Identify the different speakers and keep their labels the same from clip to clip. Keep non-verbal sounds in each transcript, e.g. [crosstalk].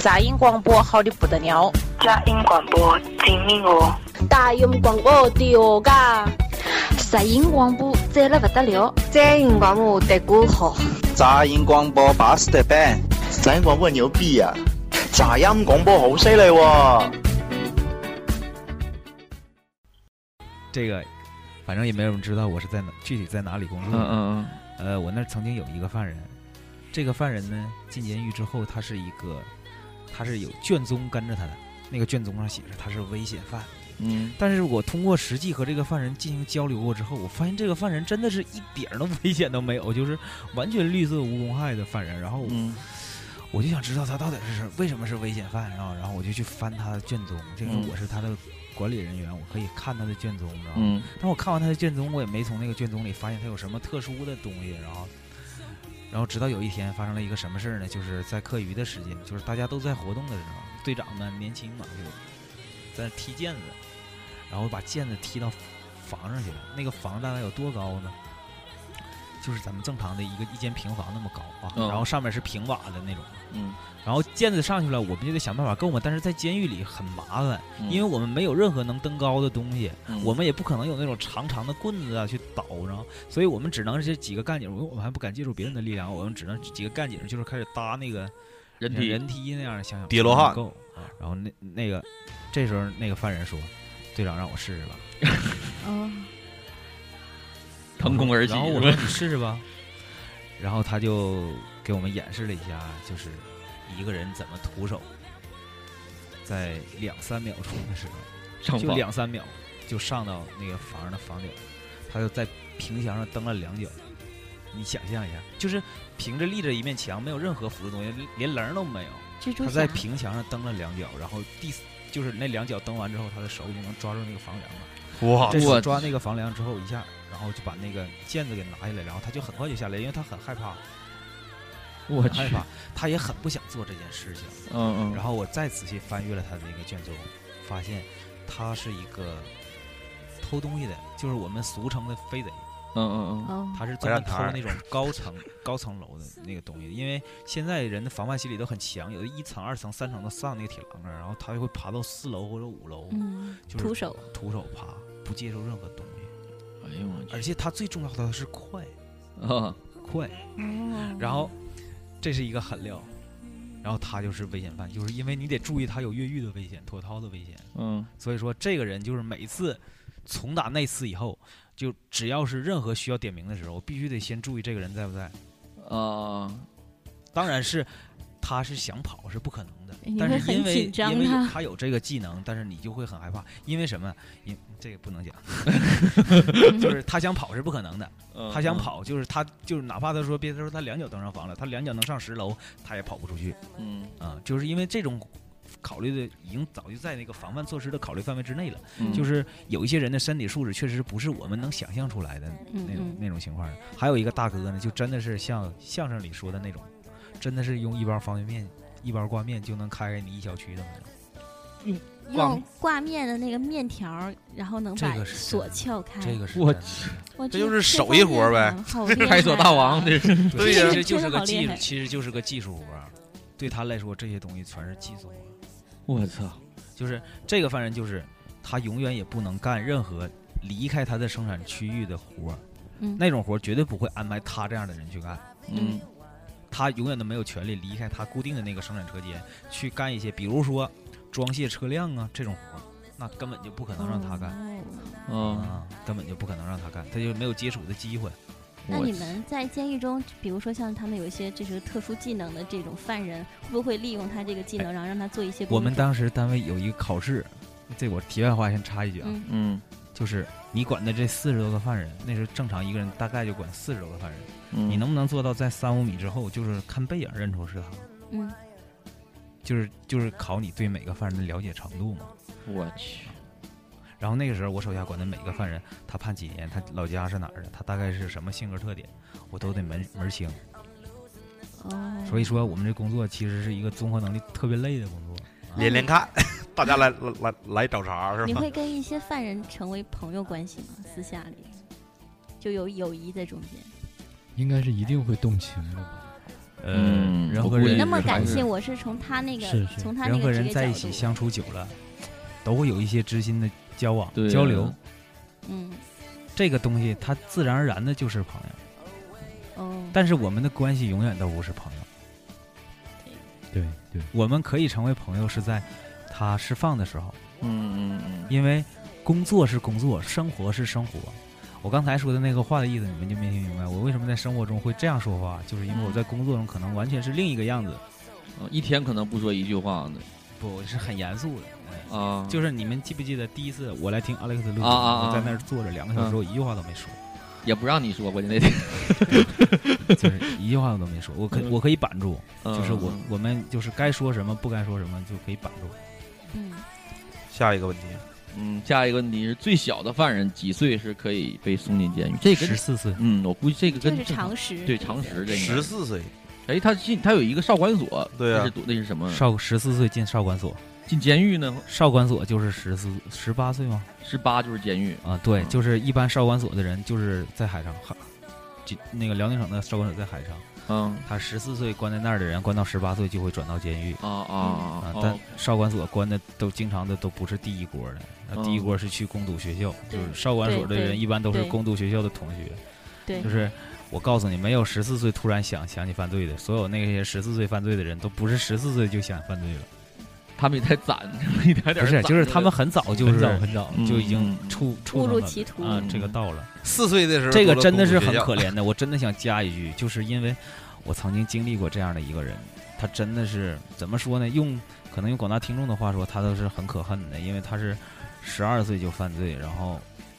Speaker 1: 杂音广播好的不得了，
Speaker 2: 佳音广播精明哦，
Speaker 3: 大音广播的哦嘎，
Speaker 4: 杂音广播赞了不得了，
Speaker 5: 杂音广播的歌好，
Speaker 6: 杂音广播巴适的板，
Speaker 7: 杂音广播牛逼啊，杂音广播好犀利喎。
Speaker 8: 这个，反正也没有人知道我是在哪具体在哪里工
Speaker 9: 嗯
Speaker 8: 作。
Speaker 9: 嗯
Speaker 8: 呃，我那儿曾经有一个犯人，这个犯人呢进监狱之后，他是一个，他是有卷宗跟着他的，那个卷宗上写着他是危险犯。
Speaker 9: 嗯
Speaker 8: 但是我通过实际和这个犯人进行交流过之后，我发现这个犯人真的是一点儿的危险都没有，就是完全绿色无公害的犯人。然后
Speaker 9: 嗯嗯
Speaker 8: 我就想知道他到底是为什么是危险犯，然后然后我就去翻他的卷宗，这个
Speaker 9: 嗯
Speaker 8: 我是他的管理人员，我可以看他的卷宗，然后
Speaker 9: 嗯
Speaker 8: 但我看完他的卷宗，我也没从那个卷宗里发现他有什么特殊的东西。然后，然后直到有一天发生了一个什么事儿呢？就是在课余的时间，就是大家都在活动的时候，队长们年轻嘛，就在那踢毽子，然后把毽子踢到房上去了。那个房大概有多高呢？就是咱们正常的一个一间平房那么高啊，
Speaker 9: 嗯
Speaker 8: 然后上面是平瓦的那种。
Speaker 9: 嗯
Speaker 8: 然后毽子上去了，我们就得想办法够嘛。但是在监狱里很麻烦，
Speaker 9: 嗯，
Speaker 8: 因为我们没有任何能登高的东西。
Speaker 9: 嗯
Speaker 8: 我们也不可能有那种长长的棍子啊去捣，然后，所以我们只能是几个干警，我我们还不敢借助别人的力量，我们只能几个干警就是开始搭那个
Speaker 9: 人体
Speaker 8: 人梯那样的，想想
Speaker 6: 叠罗汉
Speaker 8: 够。
Speaker 9: 啊
Speaker 8: 啊然后那那个这时候那个犯人说：“队长让我试试吧。
Speaker 4: 嗯，”
Speaker 9: 腾空而起
Speaker 8: 然后我
Speaker 9: 是
Speaker 8: 说：“
Speaker 9: 吧
Speaker 8: 你试试吧。”然后他就给我们演示了一下，就是一个人怎么徒手，在两三秒钟的时候。
Speaker 9: 上
Speaker 8: [laughs] 就
Speaker 9: 房
Speaker 8: 两三秒就上到那个房上的房顶，他就在平墙上蹬了两脚。你想象一下，就是平着立着一面墙，没有任何扶的东西，连连棱都没有。
Speaker 4: 蜘蛛
Speaker 8: 他
Speaker 4: 侠
Speaker 8: 在，平墙上蹬了两脚，然后第四就是那两脚蹬完之后，他的手就能抓住那个房梁了。
Speaker 6: 哇
Speaker 8: 这
Speaker 9: 啊我
Speaker 8: 手抓那个房梁之后，一下，然后就把那个毽子给拿下来，然后他就很快就下来，因为他很害怕，
Speaker 9: 我
Speaker 8: 很
Speaker 9: 去
Speaker 8: 害，怕，他也很不想做这件事情。
Speaker 9: 嗯嗯，
Speaker 8: 然后我再仔细翻阅了他的那个卷宗，发现他是一个偷东西的，就是我们俗称的飞贼。
Speaker 9: 嗯嗯嗯，
Speaker 4: 嗯，
Speaker 8: 他是专门偷那种高层高层楼的那个东西，因为现在人的防范心理都很强，有的一层、二层、三层都上那个铁栏杆儿，然后他就会爬到四楼或者五楼，
Speaker 4: 嗯，
Speaker 8: 就是
Speaker 4: 徒手，
Speaker 8: 徒手爬，不接受任何东西，
Speaker 9: 哎呦我去
Speaker 8: 而且他最重要的是快
Speaker 9: 啊，
Speaker 8: 快，然后这是一个狠料。然后他就是危险犯，就是因为你得注意他有越狱的危险、脱逃的危险，
Speaker 9: 嗯
Speaker 8: 所以说这个人就是每次从打那次以后，就只要是任何需要点名的时候，我必须得先注意这个人在不在。
Speaker 9: 啊，
Speaker 8: 当然是他是想跑是不可能的
Speaker 4: 你，
Speaker 8: 但
Speaker 4: 会
Speaker 8: 是因
Speaker 4: 很
Speaker 8: 为
Speaker 4: 紧张
Speaker 8: 因为有
Speaker 4: 啊
Speaker 8: 他有这个技能，但是你就会很害怕，因为什么？因这个不能
Speaker 4: [laughs]
Speaker 8: 讲，就是他想跑是不可能的，
Speaker 9: 嗯
Speaker 8: 他想，跑就是他就是哪怕他说别他说他两脚登上房了，他两脚能上十楼，他也跑不出去。
Speaker 9: 嗯
Speaker 8: 啊，就是因为这种考虑的已经早就在那个防范措施的考虑范围之内了。
Speaker 9: 嗯，
Speaker 8: 就是有一些人的身体素质确实不是我们能想象出来的
Speaker 4: 嗯
Speaker 8: 那种、
Speaker 4: 嗯
Speaker 8: 那种情况。还有一个大哥呢，就真的是像相声里说的那种，真的是用一包方便面、一包挂面就能开开你一小区的那种。
Speaker 4: 用挂面的那个面条儿，然后能
Speaker 8: 这
Speaker 4: 把
Speaker 8: 个是
Speaker 4: 锁
Speaker 8: 真的
Speaker 4: 撬开，
Speaker 8: 这个是
Speaker 9: 我
Speaker 8: 真的
Speaker 4: 我
Speaker 6: 这
Speaker 4: 觉
Speaker 6: 就
Speaker 4: 得
Speaker 6: 是手艺活儿呗
Speaker 9: [laughs]
Speaker 4: 方面好厉害啊，
Speaker 9: 开锁大王这是，
Speaker 8: 对，
Speaker 6: 对呀
Speaker 8: 其实就
Speaker 4: 真
Speaker 8: 是
Speaker 4: 的
Speaker 8: 个
Speaker 4: 好
Speaker 8: 技
Speaker 4: 厉
Speaker 8: 术，
Speaker 4: 害
Speaker 8: 其实就是个技术活儿。对他来说，这些东西全是技术活儿。
Speaker 9: 我操，
Speaker 8: 就是这个犯人，就是他永远也不能干任何离开他的生产区域的活儿，
Speaker 4: 嗯
Speaker 8: 那种活儿绝对不会安排他这样的人去干。
Speaker 9: 嗯
Speaker 8: 他永远都没有权利离开他固定的那个生产车间去干一些，比如说装卸车辆啊这种活儿，那根本就不可能让他干、
Speaker 4: 哦
Speaker 9: 嗯，
Speaker 8: 啊，根本就不可能让他干，他就没有接触的机会。
Speaker 4: 那
Speaker 9: 我
Speaker 4: 你们在监狱中，比如说像他们有一些这是特殊技能的这种犯人，会不会利用他这个
Speaker 8: 哎
Speaker 4: 技能，然后让他做一些工
Speaker 8: 我们
Speaker 4: 作
Speaker 8: 当时单位有一个考试，这我题外话先插一句啊，
Speaker 4: 嗯
Speaker 9: 嗯
Speaker 8: 就是你管的这四十多个犯人，那时候正常一个人大概就管四十多个犯人，
Speaker 9: 嗯，
Speaker 8: 你能不能做到在三五米之后，就是看背影认出是他？
Speaker 4: 嗯
Speaker 8: 就是就是考你对每个犯人的了解程度嘛。
Speaker 9: 我去，
Speaker 8: 然后那个时候，我手下管的每个犯人，他判几年，他老家是哪儿的，他大概是什么性格特点，我都得门门儿清。
Speaker 4: 哦，
Speaker 8: 所以说，我们这工作其实是一个综合能力特别累的工作。
Speaker 6: 连连看， [laughs] 大家来来来来找茬是
Speaker 4: 嗯你
Speaker 6: 吗？
Speaker 4: 会跟一些犯人成为朋友关系吗？私下里就有友谊在中间。
Speaker 10: 应该是一定会动情的吧？
Speaker 8: 呃
Speaker 9: 嗯，
Speaker 8: 人
Speaker 9: 我
Speaker 8: 和
Speaker 9: 估计
Speaker 8: 人
Speaker 4: 那么
Speaker 9: 还
Speaker 4: 感
Speaker 9: 是
Speaker 4: 性，我是从他那个
Speaker 8: 是是
Speaker 4: 从他那
Speaker 8: 人和
Speaker 4: 个职
Speaker 8: 人
Speaker 4: 业
Speaker 8: 在
Speaker 4: 角
Speaker 8: 一
Speaker 4: 度
Speaker 8: 起，相处久了，都会有一些知心的交往、
Speaker 9: 对
Speaker 8: 交
Speaker 9: 啊
Speaker 8: 流，
Speaker 4: 嗯，
Speaker 8: 这个东西它自然而然的就是朋友。
Speaker 4: 哦，
Speaker 8: 但是我们的关系永远都不是朋友，
Speaker 10: 对对，
Speaker 8: 我们可以成为朋友是在他释放的时候，
Speaker 9: 嗯嗯
Speaker 8: 因为工作是工作，生活是生活。我刚才说的那个话的意思，你们就没听明白。我为什么在生活中会这样说话，就是因为我在工作中可能完全是另一个样子，
Speaker 9: 嗯，一天可能不说一句话呢
Speaker 8: 不，我是很严肃的。哎
Speaker 9: 啊，
Speaker 8: 就是你们记不记得第一次我来听 Alex 的录音，
Speaker 9: 啊啊啊
Speaker 8: 我在那儿坐着两个小时，我一句话都
Speaker 9: [laughs]
Speaker 8: 没说，
Speaker 9: 也不让你说，关键那天，
Speaker 8: 就是一句话我都没说。我可以
Speaker 9: 嗯
Speaker 8: 我可以板住，就是我
Speaker 9: 嗯
Speaker 8: 我们就是该说什么不该说什么就可以板住。
Speaker 4: 嗯，
Speaker 6: 下一个问题，
Speaker 9: 嗯，下一个问题是最小的犯人几岁是可以被送进监狱？这
Speaker 8: 十
Speaker 9: 个
Speaker 8: 四岁，
Speaker 9: 嗯，我估计这个
Speaker 4: 这
Speaker 9: 跟
Speaker 4: 是
Speaker 9: 正
Speaker 4: 常识，
Speaker 9: 对常识这
Speaker 6: 十
Speaker 9: 个。
Speaker 6: 四岁，
Speaker 9: 哎，他进他有一个少管所，
Speaker 6: 对啊
Speaker 9: 那是那是什么？
Speaker 8: 少十四岁进少管所，
Speaker 9: 进监狱呢？
Speaker 8: 少管所就是十四十八岁吗？
Speaker 9: 十八就是监狱。
Speaker 8: 啊，对，
Speaker 9: 嗯
Speaker 8: 就是一般少管所的人就是在海上，哈，就那个辽宁省的少管所在海上，
Speaker 9: 嗯
Speaker 8: 他十四岁关在那儿的人，关到十八岁就会转到监狱。
Speaker 9: 啊啊
Speaker 8: 啊
Speaker 9: 啊！，
Speaker 8: 但
Speaker 9: 哦
Speaker 8: 少管所关的都经常的都不是第一锅的，那第一
Speaker 9: 嗯
Speaker 8: 锅是去攻读学校，就
Speaker 4: 对
Speaker 8: 是少管所的
Speaker 4: 对对
Speaker 8: 人一般都是
Speaker 4: 对
Speaker 8: 攻读学校的同学，
Speaker 4: 对
Speaker 8: 就，是我告诉你，没有十四岁突然想想起犯罪的，所有那些十四岁犯罪的人都不是十四岁就想犯罪了，
Speaker 9: 他们也在攒， [laughs] 一点点
Speaker 8: 不是，
Speaker 9: 攒
Speaker 8: 就是
Speaker 9: 着
Speaker 8: 他们很早就
Speaker 10: 很
Speaker 8: 是
Speaker 10: 早很早，
Speaker 9: 嗯
Speaker 8: 就已经
Speaker 9: 嗯
Speaker 8: 触触
Speaker 4: 误
Speaker 8: 动
Speaker 4: 入
Speaker 8: 了
Speaker 4: 歧途
Speaker 8: 啊
Speaker 9: 嗯
Speaker 8: 这个到了。
Speaker 6: 四岁的时候
Speaker 8: 这个
Speaker 6: 读了
Speaker 8: 真的是
Speaker 6: 公
Speaker 8: 很
Speaker 6: 立学校
Speaker 8: 可怜的。我真的想加一句，就是因为我曾经经历过这样的一个人，他真的是怎么说呢？用可能用广大听众的话说，他都是很可恨的，因为他是十二岁就犯罪，然后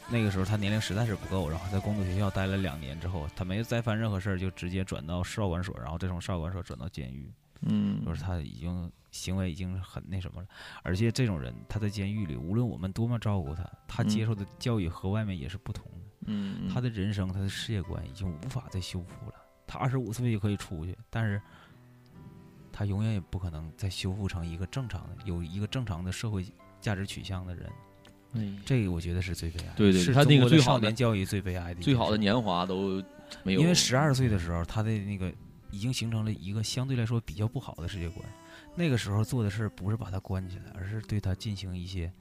Speaker 8: 那个时候他年龄实在是不够，然后在工作学校待了两年之后，他没再犯任何事儿，就直接转到少管所，然后再从少管所转到监狱，
Speaker 9: 嗯，
Speaker 8: 就是他已经。行为已经很那什么了，而且这种人他在监狱里，无论我们多么照顾他，他
Speaker 9: 嗯
Speaker 8: 接受的教育和外面也是不同的。
Speaker 9: 嗯
Speaker 8: 他的人生、他的世界观已经无法再修复了。他二十五岁就可以出去，但是他永远也不可能再修复成一个正常的、有一个正常的社会价值取向的人。
Speaker 9: 哎
Speaker 8: 这个我觉得是最悲哀的，
Speaker 9: 对对
Speaker 8: 是
Speaker 9: 他那
Speaker 8: 中
Speaker 9: 个
Speaker 8: 国的
Speaker 9: 最
Speaker 8: 少
Speaker 9: 好的
Speaker 8: 年教育最悲哀的一
Speaker 9: 最好的
Speaker 8: 件事，
Speaker 9: 年华都没有，
Speaker 8: 因为十二岁的时候，他的那个已经形成了一个相对来说比较不好的世界观。那个时候做的事儿不是把他关起来，而是对他进行一些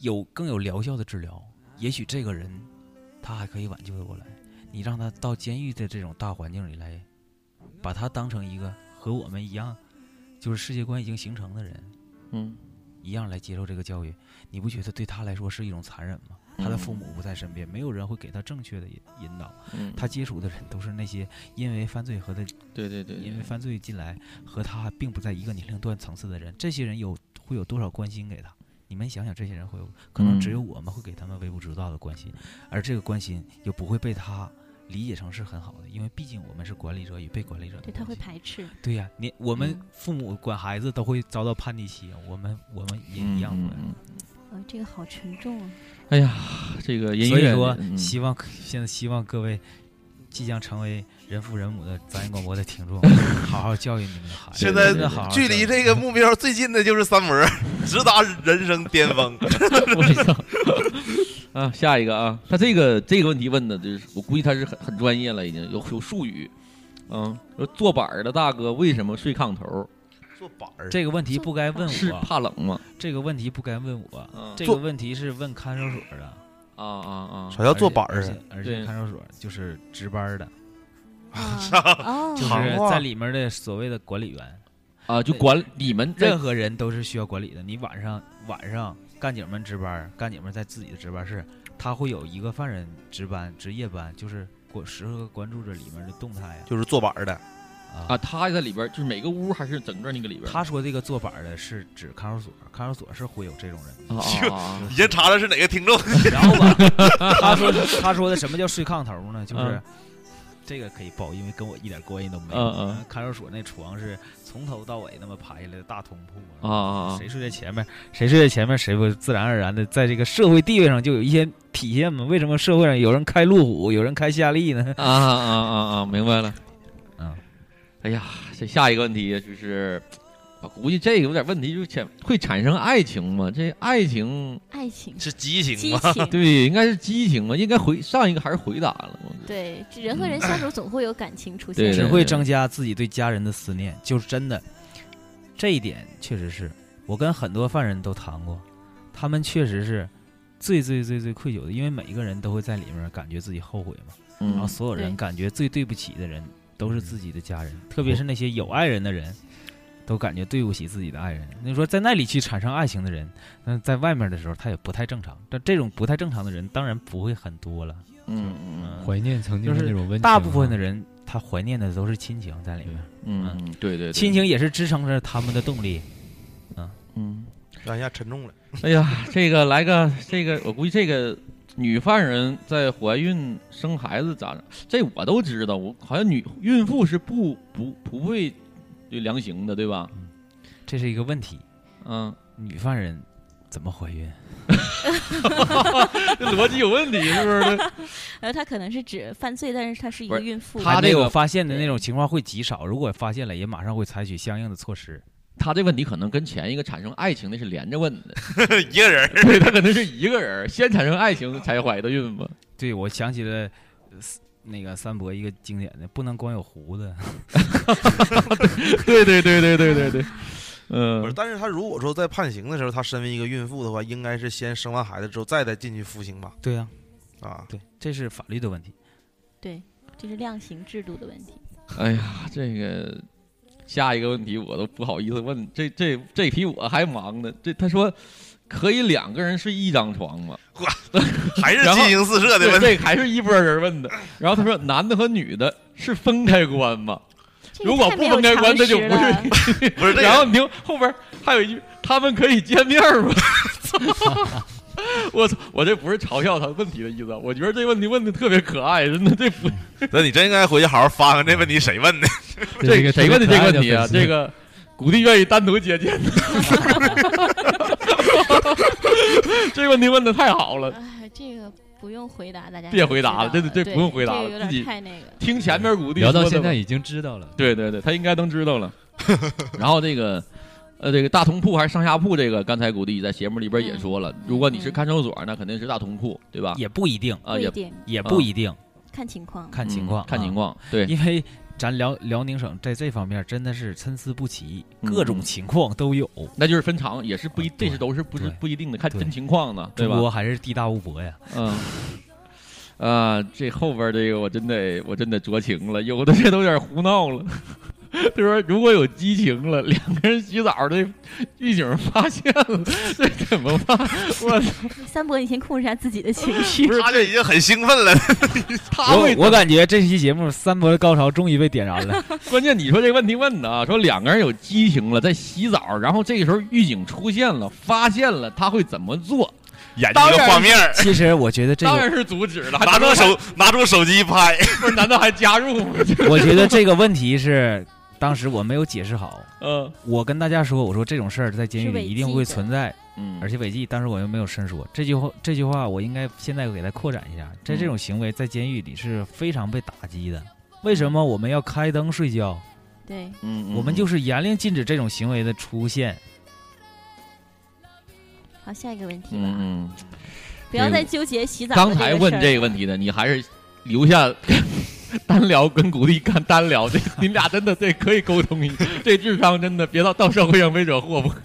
Speaker 8: 有更有疗效的治疗。也许这个人他还可以挽救得过来。你让他到监狱的这种大环境里来，把他当成一个和我们一样，就是世界观已经形成的人
Speaker 9: 嗯
Speaker 8: 一样来接受这个教育，你不觉得对他来说是一种残忍吗？
Speaker 9: 嗯
Speaker 8: 他的父母不在身边，没有人会给他正确的引引导。
Speaker 9: 嗯，
Speaker 8: 他接触的人都是那些因为犯罪和他
Speaker 9: 对对对，对
Speaker 8: 因为犯罪进来和他并不在一个年龄段层次的人，这些人有会有多少关心给他？你们想想，这些人会有可能只有
Speaker 9: 嗯
Speaker 8: 我们会给他们微不足道的关心，而这个关心又不会被他理解成是很好的，因为毕竟我们是管理者与被管理者的
Speaker 4: 对他
Speaker 8: 关
Speaker 4: 会
Speaker 8: 系。
Speaker 4: 排斥，
Speaker 8: 对呀、你我们
Speaker 9: 嗯
Speaker 8: 父母管孩子都会遭到叛逆期，我们我们也一样
Speaker 9: 嗯
Speaker 8: 会。
Speaker 9: 嗯
Speaker 4: 哦，这个好沉重啊，
Speaker 9: 哎呀，这个音
Speaker 8: 所以
Speaker 9: 乐
Speaker 8: 说，
Speaker 9: 嗯
Speaker 8: 希望现在希望各位即将成为人父人母的杂音广播的听 [laughs] 众，好好教育你们的孩子。
Speaker 6: 现在
Speaker 8: 真的好好
Speaker 6: 距
Speaker 8: 教育
Speaker 6: 离这个目标最近的就是三模， [laughs] 直达人生巅 [laughs] 峰。
Speaker 9: 我操！ [laughs] 啊，下一个啊，他这个这个问题问的，就是我估计他是很很专业了，已经有有术语。嗯，说坐板儿的大哥为什么睡炕头？
Speaker 6: 坐板儿，
Speaker 8: 这个问题不该问
Speaker 9: 是
Speaker 8: 我，
Speaker 9: 怕冷吗？
Speaker 8: 这个问题不该问我，
Speaker 9: 嗯
Speaker 8: 这个问题是问看守所的。
Speaker 9: 啊啊
Speaker 6: 啥叫坐板
Speaker 8: 而
Speaker 6: 儿
Speaker 8: 且
Speaker 6: 啊？
Speaker 8: 而且而且
Speaker 9: 对
Speaker 8: 看守所就是值班的， [laughs]
Speaker 4: 啊
Speaker 8: 就是
Speaker 4: 哦，
Speaker 6: 行话
Speaker 8: 在里面的所谓的管理员，
Speaker 9: 啊啊！就管你们
Speaker 8: 任
Speaker 9: 这
Speaker 8: 何人都是需要管理的。你晚上晚上干警们值班，干警们在自己的值班室，他会有一个犯人值班值夜班，就是关时刻关注着里面的动态
Speaker 6: 就是坐板儿的，
Speaker 8: 啊
Speaker 9: 啊，。他在里边儿，就是每个屋还是整个那个里边儿？
Speaker 8: 他说这个坐板儿的是指看守所，看守所是会有这种人的。
Speaker 9: 啊啊啊啊
Speaker 6: 你先查查是哪个听众。 [laughs]
Speaker 8: 然后吧，他说他说的什么叫睡炕头呢？就是
Speaker 9: 嗯
Speaker 8: 这个可以报，因为跟我一点关系都没有。
Speaker 9: 嗯嗯
Speaker 8: 看守所那床是从头到尾那么排下来的大通铺
Speaker 9: 啊啊啊！
Speaker 8: 谁睡在前面，谁睡在前面，谁不自然而然的在这个社会地位上就有一些体现嘛？为什么社会上有人开路虎，有人开夏利呢？
Speaker 9: 啊啊啊啊！明白了。
Speaker 8: 嗯，
Speaker 9: 哎呀，这下一个问题就是我估计这个有点问题，就是产会产生爱情吗？这爱情
Speaker 4: 爱情、
Speaker 6: 是激情
Speaker 9: [laughs]
Speaker 4: 激
Speaker 6: 吗？
Speaker 4: 情，
Speaker 9: 对，应该是激情吧？应该回上一个还是回答了吗？
Speaker 4: 对，这人
Speaker 9: 嗯
Speaker 4: 和人相处总会有感情出
Speaker 9: 对
Speaker 4: 现
Speaker 9: [laughs] 对
Speaker 8: 只
Speaker 4: 的。
Speaker 8: 会增加自己对家人的思念，就是真的。这一点确实是我跟很多犯人都谈过，他们确实是最最最最愧疚的，因为每一个人都会在里面感觉自己后悔嘛，然后
Speaker 9: 嗯，
Speaker 8: 所有人
Speaker 4: 对
Speaker 8: 感觉最对不起的人都是自己的家人，特
Speaker 9: 哦
Speaker 8: 别是那些有爱人的人。都感觉对不起自己的爱人。你说在那里去产生爱情的人，那在外面的时候他也不太正常。但这种不太正常的人当然不会很多了。
Speaker 9: 嗯嗯
Speaker 10: 怀念曾经的
Speaker 8: 就是
Speaker 10: 那种温情啊。
Speaker 8: 大部分的人他怀念的都是亲情在里面。
Speaker 9: 嗯嗯，对对，对
Speaker 8: 亲，情也是支撑着他们的动力。
Speaker 9: 嗯。
Speaker 6: 让一下沉重了，
Speaker 9: 哎呀，这个来个这个，我估计这个女犯人在怀孕生孩子咋整？这我都知道，我好像女孕妇是不不不会就量刑的，对吧？
Speaker 8: 这是一个问题。
Speaker 9: 嗯，
Speaker 8: 女犯人怎么怀孕？
Speaker 9: 这逻辑有问题 [laughs] 是不是？
Speaker 4: 然后他可能是指犯罪，但是他是一
Speaker 9: 不
Speaker 4: 个
Speaker 9: 是
Speaker 4: 孕妇。
Speaker 9: 他
Speaker 8: 还没
Speaker 9: 这个
Speaker 8: 有发现的那种情况会极少，如果发现了，也马上会采取相应的措施。
Speaker 9: 他这问题可能跟前一个产生爱情的是连着问的，
Speaker 6: [laughs]
Speaker 9: [laughs]
Speaker 6: 一个人儿
Speaker 9: 对他可能是一个人儿先产生爱情才怀的孕 [laughs] 吧？
Speaker 8: 对，我想起了呃三那个三伯一个经典的，不能光有胡子。
Speaker 9: 对对对对对对对，嗯、
Speaker 6: 不是，但是他如果说在判刑的时候，他身为一个孕妇的话，应该是先生完孩子之后再再进去服刑吧？
Speaker 8: [laughs] 对呀、
Speaker 6: 啊，
Speaker 8: 对，这是法律的问题。
Speaker 4: 对，这是量刑制度的问题。
Speaker 9: 哎呀，这个下一个问题我都不好意思问，这这这比我还忙呢。这他说可以两个人睡一张床吗？
Speaker 6: 还是
Speaker 9: 然后
Speaker 6: 激情四射的
Speaker 9: 对，
Speaker 6: 问题。
Speaker 9: 这还是一波人问的。然后他说男的和女的是分开关吗？
Speaker 4: 这个
Speaker 9: 如果
Speaker 4: 太
Speaker 9: 不
Speaker 4: 没有
Speaker 9: 分开
Speaker 4: 常
Speaker 9: 关，那就
Speaker 4: 识
Speaker 9: 不
Speaker 4: 了
Speaker 9: [laughs] 是。
Speaker 6: [laughs] 不是这
Speaker 9: 然
Speaker 6: 个，
Speaker 9: 后你听后边还有一句，他们可以见面吗？ [laughs] 我操！我这不是嘲笑他问题的意思啊，我觉得这问题问的特别可爱，真的，这不
Speaker 6: 那你真应该回去好好翻翻这问题谁问的。
Speaker 9: 这
Speaker 10: 个
Speaker 9: 谁问的这个问题啊？这
Speaker 10: 个
Speaker 9: 个谷地愿意单独接
Speaker 10: [laughs]
Speaker 9: 见的，这个问题问的太好了。
Speaker 4: 哎，这个不用回答，大家
Speaker 9: 别
Speaker 4: 都
Speaker 9: 回
Speaker 4: 知
Speaker 9: 答了
Speaker 4: 道
Speaker 9: 这这
Speaker 4: 对
Speaker 9: 不用回答
Speaker 4: 这
Speaker 9: 了
Speaker 4: 个有点
Speaker 9: 自己
Speaker 4: 太那个了。
Speaker 9: 听前面谷地
Speaker 10: 聊到
Speaker 9: 说的
Speaker 10: 现
Speaker 9: 吧
Speaker 10: 在，已经知道了。
Speaker 9: 对对对，他应该能知道了。然后这个，呃，这个大通铺还是上下铺，这个刚才谷地在节目里边也说了，如果你是看守所，那肯定是大通铺，对吧？
Speaker 8: 嗯也不一定，
Speaker 9: 啊，
Speaker 4: 不
Speaker 9: 也
Speaker 4: 一定，
Speaker 8: 也不一定，
Speaker 4: 看情况。
Speaker 8: 看情况、啊
Speaker 9: 嗯看情。况，对，
Speaker 8: 因为咱辽辽宁省在这方面真的是参差不齐，
Speaker 9: 嗯
Speaker 8: 各种情况都有。
Speaker 9: 那就是分场，也是不一，这是都是不是
Speaker 8: 啊对
Speaker 9: 不一定的，看
Speaker 8: 对
Speaker 9: 分情况呢，对
Speaker 8: 中
Speaker 9: 吧？
Speaker 8: 国还是地大物博呀。
Speaker 9: 嗯，啊，这后边这个我真得我真得酌情了，有的这都有点胡闹了。 [laughs] 他说：“如果有激情了，两个人洗澡，这狱警发现了，这怎么办？ [laughs] 我
Speaker 4: 三伯，你先控制一下自己的情
Speaker 9: [laughs]
Speaker 4: 绪
Speaker 9: 不。是
Speaker 6: 他就已经很兴奋了，
Speaker 9: 他会
Speaker 8: 我我感觉这期节目三伯的高潮终于被点燃
Speaker 9: [laughs]
Speaker 8: 了。
Speaker 9: 关键你说这个问题问的啊，说两个人有激情了，在洗澡，然后这个时候狱警出现了，发现了，他会怎么做？
Speaker 6: 演
Speaker 9: 当
Speaker 6: 这个
Speaker 9: 然
Speaker 6: 画面儿，
Speaker 8: 其实我觉得这
Speaker 9: 当
Speaker 8: 个
Speaker 9: 然是阻止了，
Speaker 6: 拿出手拿出手机拍，
Speaker 9: 不是？难道还加入
Speaker 6: [laughs]
Speaker 9: 吗？
Speaker 8: 我觉得这个问题是当时我没有解释好。
Speaker 9: 嗯
Speaker 8: 我跟大家说，我说这种事儿在监狱
Speaker 4: 是违
Speaker 8: 里
Speaker 4: 纪
Speaker 8: 一定会存在，
Speaker 9: 嗯，
Speaker 8: 而且违纪，当时我又没有深说这句话。这句话我应该现在给它扩展一下，在这种行为在监狱里是非常被打击的。为什么我们要开灯睡觉？
Speaker 4: 对，
Speaker 9: 嗯，
Speaker 8: 我们就是是严令禁止这种行为的出现。
Speaker 4: 好，下一个问题吧，
Speaker 9: 嗯嗯。
Speaker 4: 不要再纠结洗澡的
Speaker 9: 刚
Speaker 4: 这个事儿
Speaker 9: 才
Speaker 4: 了。
Speaker 9: 问这个问题的，你还是留下 [laughs] 单聊跟谷地干单聊，这你俩真的这可以沟通一下，这智商真的别到到社会上被惹祸不可。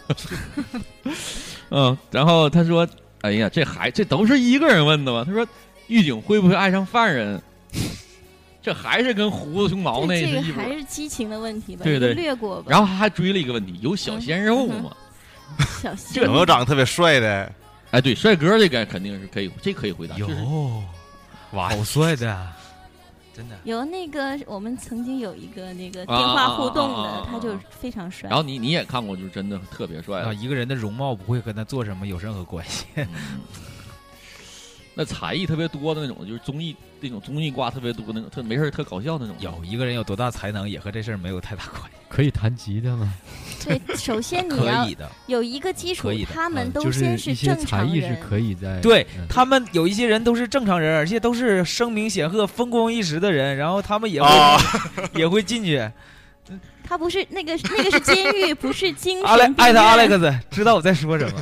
Speaker 9: [laughs] 嗯，然后他说：“哎呀，这还这都是一个人问的吗？”他说：“狱警会不会爱上犯人？”这还是跟胡子熊毛那
Speaker 4: 这
Speaker 9: 是
Speaker 4: 这
Speaker 9: 一
Speaker 4: 个
Speaker 9: 波
Speaker 4: 还。是激情的问题吧，
Speaker 9: 对
Speaker 4: 你就
Speaker 9: 对
Speaker 4: 略过吧。
Speaker 9: [laughs] 然后他还追了一个问题：有小鲜肉
Speaker 4: 嗯嗯
Speaker 9: 吗？
Speaker 4: 小心
Speaker 6: 有没有长得特别帅的？
Speaker 9: 哎，对，帅哥这个肯定是可以，这可以回答。
Speaker 8: 有
Speaker 9: 就是，
Speaker 8: 哇，好帅的啊， [laughs] 真的。
Speaker 4: 有那个我们曾经有一个那个
Speaker 9: 啊
Speaker 4: 电话互动
Speaker 9: 啊啊啊啊
Speaker 4: 的
Speaker 9: 啊，
Speaker 4: 他就非常帅
Speaker 9: 然。后你你也看过，就是真的特别帅的
Speaker 8: 啊，一个人的容貌不会跟他做什么有任何关系。 [laughs]
Speaker 9: [laughs] 那才艺特别多的那种，就是综艺那种综艺挂特别多那种，特没事儿特搞笑那种。
Speaker 8: 有一个人有多大才能，也和这事儿没有太大关系。
Speaker 10: 可以弹吉他吗？
Speaker 4: 对，首先你
Speaker 8: 可
Speaker 4: 要
Speaker 8: 以的，
Speaker 4: 有一个基础
Speaker 8: 可以，的
Speaker 4: 他们
Speaker 10: 嗯
Speaker 4: 都
Speaker 10: 就是
Speaker 4: 先
Speaker 10: 一些
Speaker 4: 正
Speaker 10: 才
Speaker 4: 常
Speaker 10: 艺是
Speaker 4: 人。
Speaker 10: 可以在
Speaker 8: 对
Speaker 10: 嗯
Speaker 8: 他们有一些人都是正常人，而且都是哦 [laughs] 声名显赫、风光一时的人，然后他们也会、
Speaker 6: 啊，
Speaker 8: 也会进去。
Speaker 4: 他不是那个那个是监狱， [laughs] 不是精神
Speaker 8: 阿莱
Speaker 4: 病
Speaker 8: 艾特
Speaker 4: 院
Speaker 8: 阿莱克斯，知道我在说什
Speaker 9: [laughs]
Speaker 8: 么。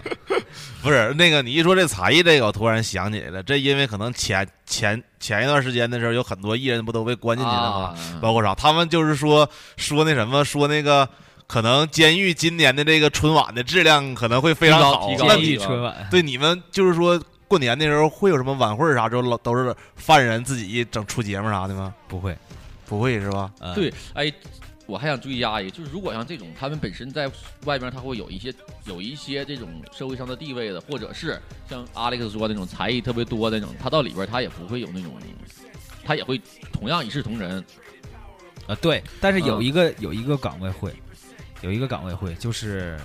Speaker 6: 不是那个，你一说这才艺这个，我突然想起来了，这因为可能前前前一段时间的时候，有很多艺人不都被关进去了吗？
Speaker 9: 啊
Speaker 6: 包括啥？他们就是说说那什么，说那个可能监狱今年的这个春晚的质量可能会非常
Speaker 9: 提高
Speaker 6: 好。
Speaker 9: 提高
Speaker 6: 那
Speaker 8: 监
Speaker 6: 你
Speaker 8: 狱春晚，
Speaker 6: 对你们就是说过年那时候会有什么晚会啥之后，老都是犯人自己整出节目啥的吗？
Speaker 8: 不会，
Speaker 6: 不会是吧？
Speaker 8: 呃，
Speaker 9: 对，哎，我还想追加一个，啊就是如果像这种他们本身在外边，他会有一些有一些这种社会上的地位的，或者是像 Alex 说的那种才艺特别多的那种，他到里边他也不会有那种，他也会同样一视同仁。
Speaker 8: 啊对，但是有
Speaker 9: 嗯
Speaker 8: 一个有一个岗位会，有一个岗位会就是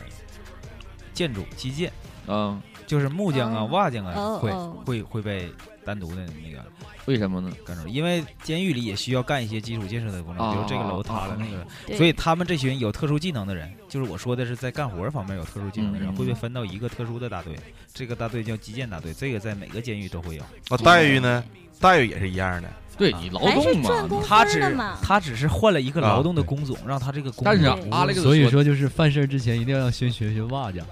Speaker 8: 建筑基建，
Speaker 9: 啊，
Speaker 8: 就是木匠啊、
Speaker 4: 哦
Speaker 8: 瓦匠啊
Speaker 4: 哦
Speaker 8: 会
Speaker 4: 哦
Speaker 8: 会会被单独的那个
Speaker 9: 为什么呢？
Speaker 8: 干出来，因为监狱里也需要干一些基础建设的工
Speaker 9: 啊
Speaker 8: 作，比如这个楼塌
Speaker 9: 啊
Speaker 8: 了
Speaker 9: 啊
Speaker 8: 那个
Speaker 4: 对
Speaker 8: 所以他们这群有特殊技能的人，就是我说的是在干活方面有特殊技能的人，
Speaker 9: 嗯
Speaker 8: 会被分到一个特殊的大队，这个大队叫基建大队，这个在每个监狱都会有。
Speaker 6: 那待遇呢？待遇也是一样的。
Speaker 9: 对
Speaker 8: 啊
Speaker 9: 你劳
Speaker 4: 还是
Speaker 9: 动
Speaker 4: 赚工
Speaker 9: 嘛。
Speaker 8: 他
Speaker 4: 资
Speaker 8: 只
Speaker 4: 的嘛。
Speaker 8: 他只是换了一个劳动的工种，让他这个工
Speaker 9: 但是啊
Speaker 8: 种
Speaker 9: 阿莱克斯
Speaker 10: 所以说就是犯事儿之前一定要先学啊学瓦匠，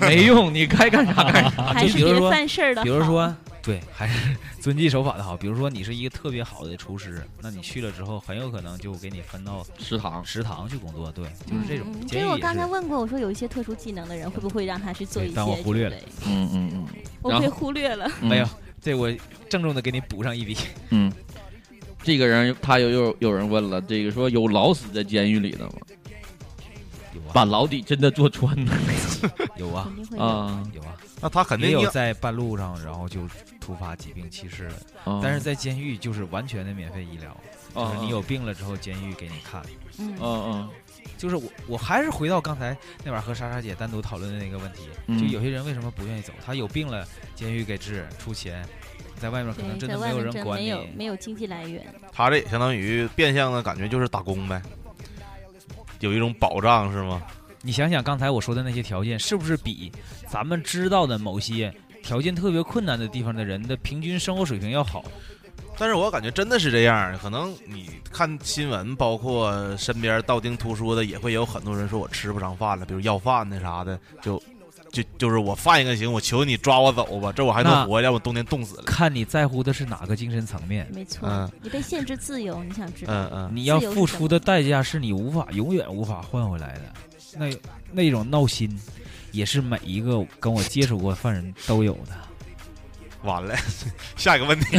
Speaker 9: 没用，你该干啥干
Speaker 8: [laughs]
Speaker 9: 啥。
Speaker 4: 还是
Speaker 8: 啊比如
Speaker 4: 别
Speaker 8: 说
Speaker 4: 犯事儿的好。
Speaker 8: 比如说，对，还是遵纪守法的好。比如说，你是一个特别好的厨师，那你去了之后，很有可能就给你分到
Speaker 9: 食堂
Speaker 8: 食堂去工作。对，就是这种
Speaker 4: 嗯。嗯
Speaker 8: 监
Speaker 4: 就是
Speaker 8: 狱
Speaker 4: 我
Speaker 8: 也
Speaker 4: 刚才
Speaker 8: 是。
Speaker 4: 问过，我说有一些特殊技能的人，会不会让他去做
Speaker 8: 对
Speaker 4: 一些？
Speaker 8: 但我忽略了，
Speaker 9: 嗯嗯嗯
Speaker 4: 我
Speaker 9: 然
Speaker 4: 被
Speaker 9: 后
Speaker 4: 忽略了。
Speaker 9: 嗯，
Speaker 8: 没有，这我郑重的给你补上一笔。
Speaker 9: 嗯，这个人他有有有人问了，这个说有老死在监狱里的吗？
Speaker 8: 有
Speaker 9: 把
Speaker 8: [laughs] 啊，
Speaker 9: 牢底真的坐穿的
Speaker 8: 有啊
Speaker 4: 肯，定会有
Speaker 8: [laughs]
Speaker 9: 啊
Speaker 8: 有啊，
Speaker 6: 那他肯
Speaker 8: 也
Speaker 6: 定
Speaker 8: 有
Speaker 6: 要
Speaker 8: 在半路上然后就突发疾病去世了。
Speaker 9: 啊！
Speaker 8: 但是在监狱就是完全的免费医疗，就
Speaker 9: 啊
Speaker 8: 是你有病了之后，监狱给你看。
Speaker 4: 嗯
Speaker 9: 啊啊
Speaker 8: 就是我，我还是回到刚才那晚和莎莎姐单独讨论的那个问题，
Speaker 9: 嗯
Speaker 8: 就有些人为什么不愿意走？他有病了，监狱给治，出钱，在外面可能
Speaker 4: 对，
Speaker 8: 真
Speaker 4: 在
Speaker 8: 的没
Speaker 4: 外面
Speaker 8: 人
Speaker 4: 真
Speaker 8: 管
Speaker 4: 没
Speaker 8: 你。
Speaker 4: 有没有经济来源，
Speaker 6: 他这也相当于变相的感觉就是打工呗，有一种保障是吗？
Speaker 8: 你想想刚才我说的那些条件，是不是比咱们知道的某些条件特别困难的地方的人的平均生活水平要好？
Speaker 6: 但是我感觉真的是这样，可能你看新闻，包括身边道听途说的，也会有很多人说我吃不上饭了，比如要饭的啥的，就就就是我饭一个行，我求你抓我走吧，这我还
Speaker 8: 那
Speaker 6: 能活，要不冬天冻死了。
Speaker 8: 看你在乎的是哪个精神层面，
Speaker 4: 没错
Speaker 6: 嗯，
Speaker 4: 你被限制自由，你想知道？
Speaker 6: 嗯嗯，
Speaker 8: 你要付出的代价是你无法永远无法换回来的。那那种闹心，也是每一个跟我接触过犯人都有的。
Speaker 6: 完了， [laughs] 下一个问
Speaker 9: [laughs]
Speaker 6: 题，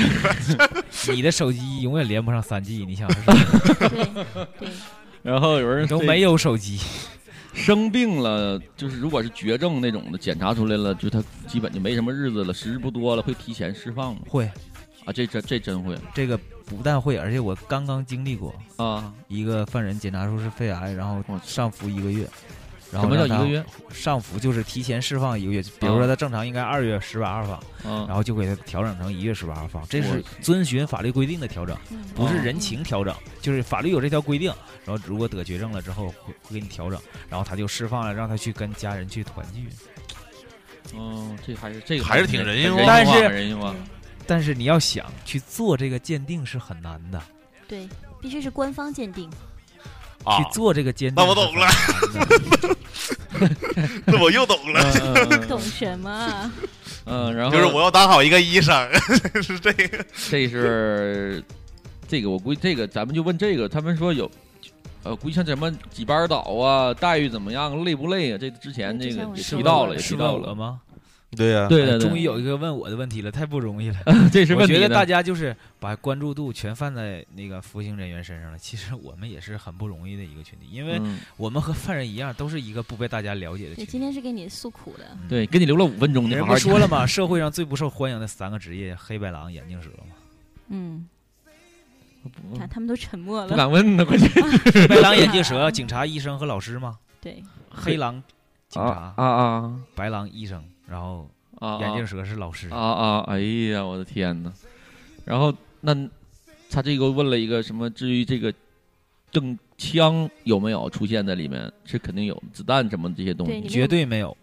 Speaker 8: 你的手机永远连不上三 G，你 [laughs] 想是什么？
Speaker 4: 对对，
Speaker 9: 然后有人
Speaker 8: 都没有手机，
Speaker 9: 生病了，就是如果是绝症那种的，检查出来了，就他基本就没什么日子了，时日不多了，会提前释放吗？
Speaker 8: 会
Speaker 9: 啊，这真这真会
Speaker 8: 这个不但会，而且我刚刚经历过
Speaker 9: 啊！
Speaker 8: 一个犯人检查出是肺癌，然后
Speaker 9: 我
Speaker 8: 上浮一个月。
Speaker 9: 什
Speaker 8: 然后
Speaker 9: 么叫
Speaker 8: 让
Speaker 9: 一
Speaker 8: 他
Speaker 9: 个月？
Speaker 8: 上浮就是提前释放一个月，比如说他正常应该二月十八号放，然
Speaker 9: 啊，
Speaker 8: 后就给他调整成一月十八号放，这是
Speaker 9: 我
Speaker 8: 遵循法律规定的调整，
Speaker 4: 嗯
Speaker 8: 不是人情调整，就是法律有这条规定。然后如果得绝症了之后会会给你调整，然后他就释放了，让他去跟家人去团聚。
Speaker 9: 嗯，这还是这个
Speaker 6: 还是挺人性化
Speaker 9: 人性化
Speaker 8: 但是
Speaker 9: 人性化。
Speaker 8: 但是你要想去做这个鉴定是很难的，
Speaker 4: 对，必须是官方鉴定。
Speaker 6: 啊
Speaker 8: 去，做这个鉴定。
Speaker 6: 那我懂
Speaker 9: [laughs]
Speaker 6: 了，那我又懂了，
Speaker 9: 嗯
Speaker 6: [laughs]
Speaker 9: 嗯
Speaker 4: 懂什么
Speaker 8: [laughs]
Speaker 4: 啊？
Speaker 9: 嗯，然后
Speaker 6: 就是我要当好一个医生， [laughs] 是这个。
Speaker 9: 这是这个，我估计这个咱们就问这个，他们说有。呃，估计像什么几班倒啊，待遇怎么样，累不累啊？这之前
Speaker 4: 之
Speaker 9: 这个
Speaker 4: 前我
Speaker 9: 也
Speaker 4: 说
Speaker 9: 提到
Speaker 4: 过
Speaker 9: 了，也
Speaker 8: 是
Speaker 9: 提
Speaker 8: 问
Speaker 9: 到
Speaker 8: 我
Speaker 9: 了。
Speaker 8: 吗？
Speaker 6: 对呀、
Speaker 9: 对对对，
Speaker 8: 终于有一个问我的问题了，太不容易了。
Speaker 9: [laughs] 这是
Speaker 8: 我
Speaker 9: 问
Speaker 8: 觉
Speaker 9: 题
Speaker 8: 得
Speaker 9: 呢
Speaker 8: 大家就是把关注度全放在那个服刑人员身上了。其实我们也是很不容易的一个群体，因为
Speaker 9: 嗯
Speaker 8: 我们和犯人一样，都是一个不被大家了解的
Speaker 4: 对，
Speaker 8: 群
Speaker 4: 今
Speaker 8: 体。
Speaker 4: 天是给你诉苦的。
Speaker 9: 对，跟你留了五分钟，你
Speaker 8: 人
Speaker 9: 好
Speaker 8: 不
Speaker 9: 好
Speaker 8: 说了吗？社会上最不受欢迎的三个职业：黑白狼、眼镜蛇
Speaker 9: [laughs]
Speaker 8: 嘛。
Speaker 4: 嗯，
Speaker 8: 嗯
Speaker 9: 不
Speaker 4: 看他们都沉默
Speaker 9: 嗯不
Speaker 4: 了。
Speaker 9: 敢问呢，关键
Speaker 8: 黑白狼、眼镜蛇，警察、医生和老师吗？
Speaker 4: 对，
Speaker 8: [laughs] 黑
Speaker 9: [laughs]
Speaker 8: 狼，警察
Speaker 9: 啊；啊
Speaker 8: 白狼，医生。然后
Speaker 9: 啊啊！
Speaker 8: 眼镜蛇是老师
Speaker 9: 啊。啊！哎呀，我的天呐。然后那他这个问了一个什么？至于这个正枪有没有出现在里面？是肯定有子弹什么这些东
Speaker 4: 对
Speaker 9: 西
Speaker 4: 哎你
Speaker 8: 绝对没有，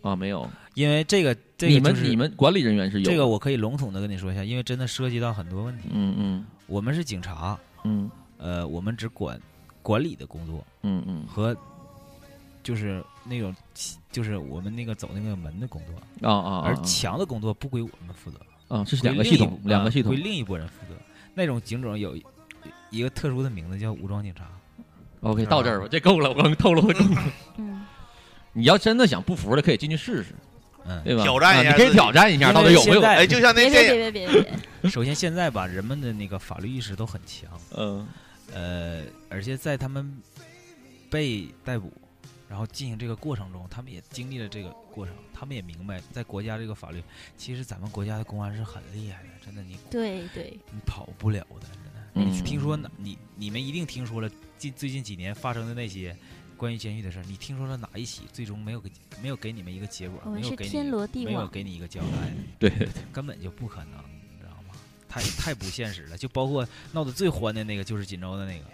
Speaker 9: 啊？没有，
Speaker 8: 因为这个这个
Speaker 9: 你们
Speaker 8: 就是
Speaker 9: 你们管理人员是有
Speaker 8: 这个我可以笼统的跟你说一下，因为真的涉及到很多问题。
Speaker 9: 嗯嗯
Speaker 8: 我们是警察，
Speaker 9: 嗯
Speaker 8: 呃，我们只管管理的工作
Speaker 9: 嗯嗯
Speaker 8: 和就是那种就是我们那个走那个门的工作，
Speaker 9: 啊啊，啊
Speaker 8: 而墙的工作不归我们负责，
Speaker 9: 啊，这是
Speaker 8: 归
Speaker 9: 两个
Speaker 8: 另
Speaker 9: 系
Speaker 8: 一
Speaker 9: 统，
Speaker 8: 部
Speaker 9: 两
Speaker 8: 啊
Speaker 9: 个系统
Speaker 8: 归另一拨人负责。那种警种有一一个特殊的名字叫武装警察，
Speaker 9: OK，到
Speaker 8: 啊
Speaker 9: 这儿吧，这够了，我刚透露够了。 [laughs]
Speaker 4: 嗯，
Speaker 9: 你要真的想不服的，可以进去试试，
Speaker 8: 嗯，
Speaker 9: 对吧？
Speaker 6: 挑战
Speaker 9: 啊
Speaker 6: 一下
Speaker 9: 你可以
Speaker 6: 自己
Speaker 9: 挑战一下，
Speaker 8: 因
Speaker 9: 到底
Speaker 8: 为
Speaker 9: 有没
Speaker 8: 现
Speaker 9: 有？
Speaker 8: 在
Speaker 6: 哎，就像
Speaker 4: 别
Speaker 6: 那电影，
Speaker 4: 别别别别别，
Speaker 8: [laughs] 首先现在吧，人们的那个法律意识都很强，
Speaker 9: 嗯
Speaker 8: 呃，而且在他们被逮捕，然后进行这个过程中，他们也经历了这个过程，他们也明白，在国家这个法律，其实咱们国家的公安是很厉害的，真的，你
Speaker 4: 对对，
Speaker 8: 你跑不了的，真的。
Speaker 9: 嗯，
Speaker 8: 听说哪？你你们一定听说了，近最近几年发生的那些关于监狱的事儿，你听说了哪一起？最终没有给没有给你们一个结果，
Speaker 4: 我
Speaker 8: 没
Speaker 4: 们
Speaker 8: 有
Speaker 4: 哦是
Speaker 8: 给你
Speaker 4: 天罗地
Speaker 8: 没有
Speaker 4: 网，
Speaker 8: 给你一个交代。
Speaker 9: 对对对，
Speaker 8: 根本就不可能，你知道吗？太太不现实了。就包括闹得最欢的那个，就是锦州的那个，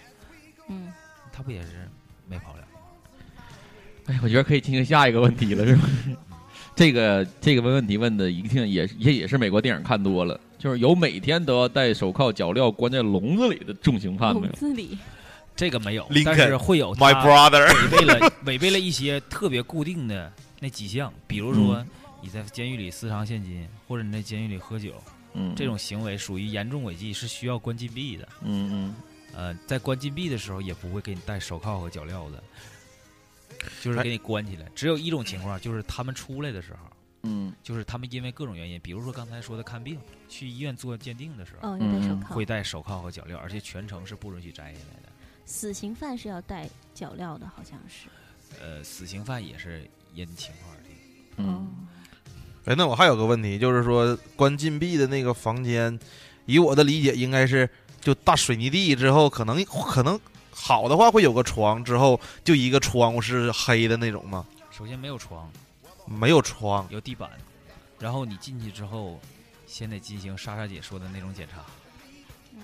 Speaker 4: 嗯，
Speaker 8: 他不也是没跑了？
Speaker 9: 哎，我觉得可以进行下一个问题了，是吧？ [laughs] 这个这个问问题问的一定也是也也是美国电影看多了，就是有每天都要戴手铐脚镣关在笼子里的重刑犯没
Speaker 4: 笼
Speaker 8: 哦
Speaker 9: 有？
Speaker 4: 子里，
Speaker 8: 这个没有
Speaker 6: Lincoln，，
Speaker 8: 但是会有
Speaker 6: My
Speaker 8: 他
Speaker 6: brother，
Speaker 8: 违背了违背了一些特别固定的那几项，比如说
Speaker 9: 嗯
Speaker 8: 你在监狱里私藏现金，或者你在监狱里喝酒，
Speaker 9: 嗯，
Speaker 8: 这种行为属于严重违纪，是需要关禁闭的。
Speaker 9: 嗯嗯，
Speaker 8: 呃，在关禁闭的时候也不会给你戴手铐和脚镣的，就是
Speaker 6: 哎
Speaker 8: 给你关起来。只有一种情况，就是他们出来的时候。
Speaker 9: 嗯
Speaker 8: 就是他们因为各种原因，比如说刚才说的看病，去医院做鉴定的时候，
Speaker 4: 哦，要戴手
Speaker 9: 嗯
Speaker 4: 铐
Speaker 8: 会，戴手铐和脚镣，而且全程是不允许摘下来的。
Speaker 4: 死刑犯是要戴脚镣的，好像是，
Speaker 8: 呃，死刑犯也是因情况而定。
Speaker 4: 哦
Speaker 9: 嗯，，
Speaker 6: 哎，那我还有个问题，就是说关禁闭的那个房间，以我的理解应该是就大水泥地之后，可能可能好的话会有个床，之后就一个窗户是黑的那种吗？
Speaker 8: 首先没有床，
Speaker 6: 没有窗，
Speaker 8: 有地板，然后你进去之后，先得进行莎莎姐说的那种检查，
Speaker 4: 嗯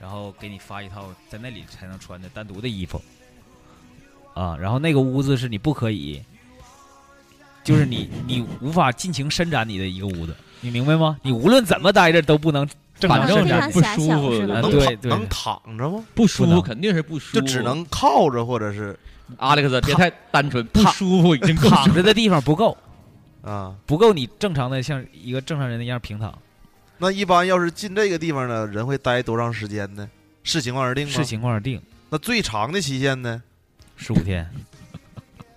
Speaker 8: 然后给你发一套在那里才能穿的单独的衣服。啊，然后那个屋子是你不可以，就是你你无法尽情伸展你的一个屋子，你明白吗？你无论怎么待着都不能正
Speaker 9: 反
Speaker 8: 常
Speaker 9: 正
Speaker 8: 伸
Speaker 4: 非
Speaker 8: 展
Speaker 4: 常
Speaker 9: 是不
Speaker 4: 狭
Speaker 9: 舒
Speaker 4: 小
Speaker 9: 服
Speaker 4: 是吧
Speaker 8: 啊
Speaker 6: 能
Speaker 8: 对
Speaker 6: 躺
Speaker 8: 对
Speaker 6: 能躺着吗？
Speaker 9: 不舒
Speaker 8: 不
Speaker 9: 服
Speaker 8: 能
Speaker 9: 肯定是不舒服，
Speaker 6: 就只能靠着，或者是
Speaker 9: Alex 别太单纯，不
Speaker 8: 躺
Speaker 9: 舒服已经够
Speaker 8: 躺着的地方不够，
Speaker 6: 啊，
Speaker 8: 不够你正常的像一个正常人那样平躺，
Speaker 6: 那一般要是进这个地方呢，人会待多长时间呢？视情况而定吗？
Speaker 8: 视情况而定。
Speaker 6: 那最长的期限呢？
Speaker 8: 十五天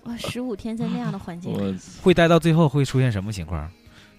Speaker 4: 哇，十五天在那样的环
Speaker 8: 嗯
Speaker 4: 境里，
Speaker 9: 我
Speaker 8: 会待到最后会出现什么情况？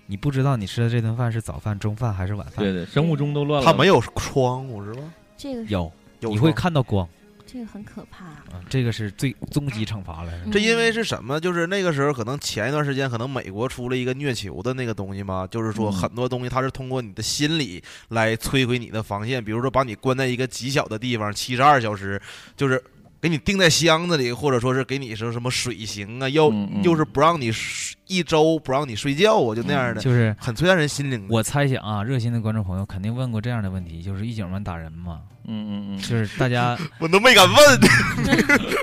Speaker 8: 你不知道你吃的这顿饭是早饭、中饭还是晚饭？
Speaker 9: 对对，生物钟都乱了。
Speaker 6: 它没有窗户是吧？
Speaker 4: 这个
Speaker 8: 有
Speaker 6: 有
Speaker 8: 呃你会
Speaker 6: 窗
Speaker 8: 看到光
Speaker 4: 这个很可怕，
Speaker 8: 啊，这个是最终极惩罚了。
Speaker 6: 这
Speaker 4: 嗯
Speaker 6: 因为是什么？就是那个时候，可能前一段时间，可能美国出了一个虐囚的那个东西嘛，就是说
Speaker 9: 嗯
Speaker 6: 很多东西它是通过你的心理来摧毁你的防线，比如说把你关在一个极小的地方，七十二小时，就是给你钉在箱子里，或者说是给你说什么水刑啊，要
Speaker 9: 嗯嗯
Speaker 6: 就是不让你睡一周不让你睡觉啊，就那样的，
Speaker 8: 嗯就是
Speaker 6: 很摧残人心灵的。
Speaker 8: 我猜想啊，热心的观众朋友肯定问过这样的问题：就是一警们打人吗？
Speaker 9: 嗯嗯嗯，
Speaker 8: 就是大
Speaker 4: [laughs]
Speaker 8: 家
Speaker 6: 我都没敢问，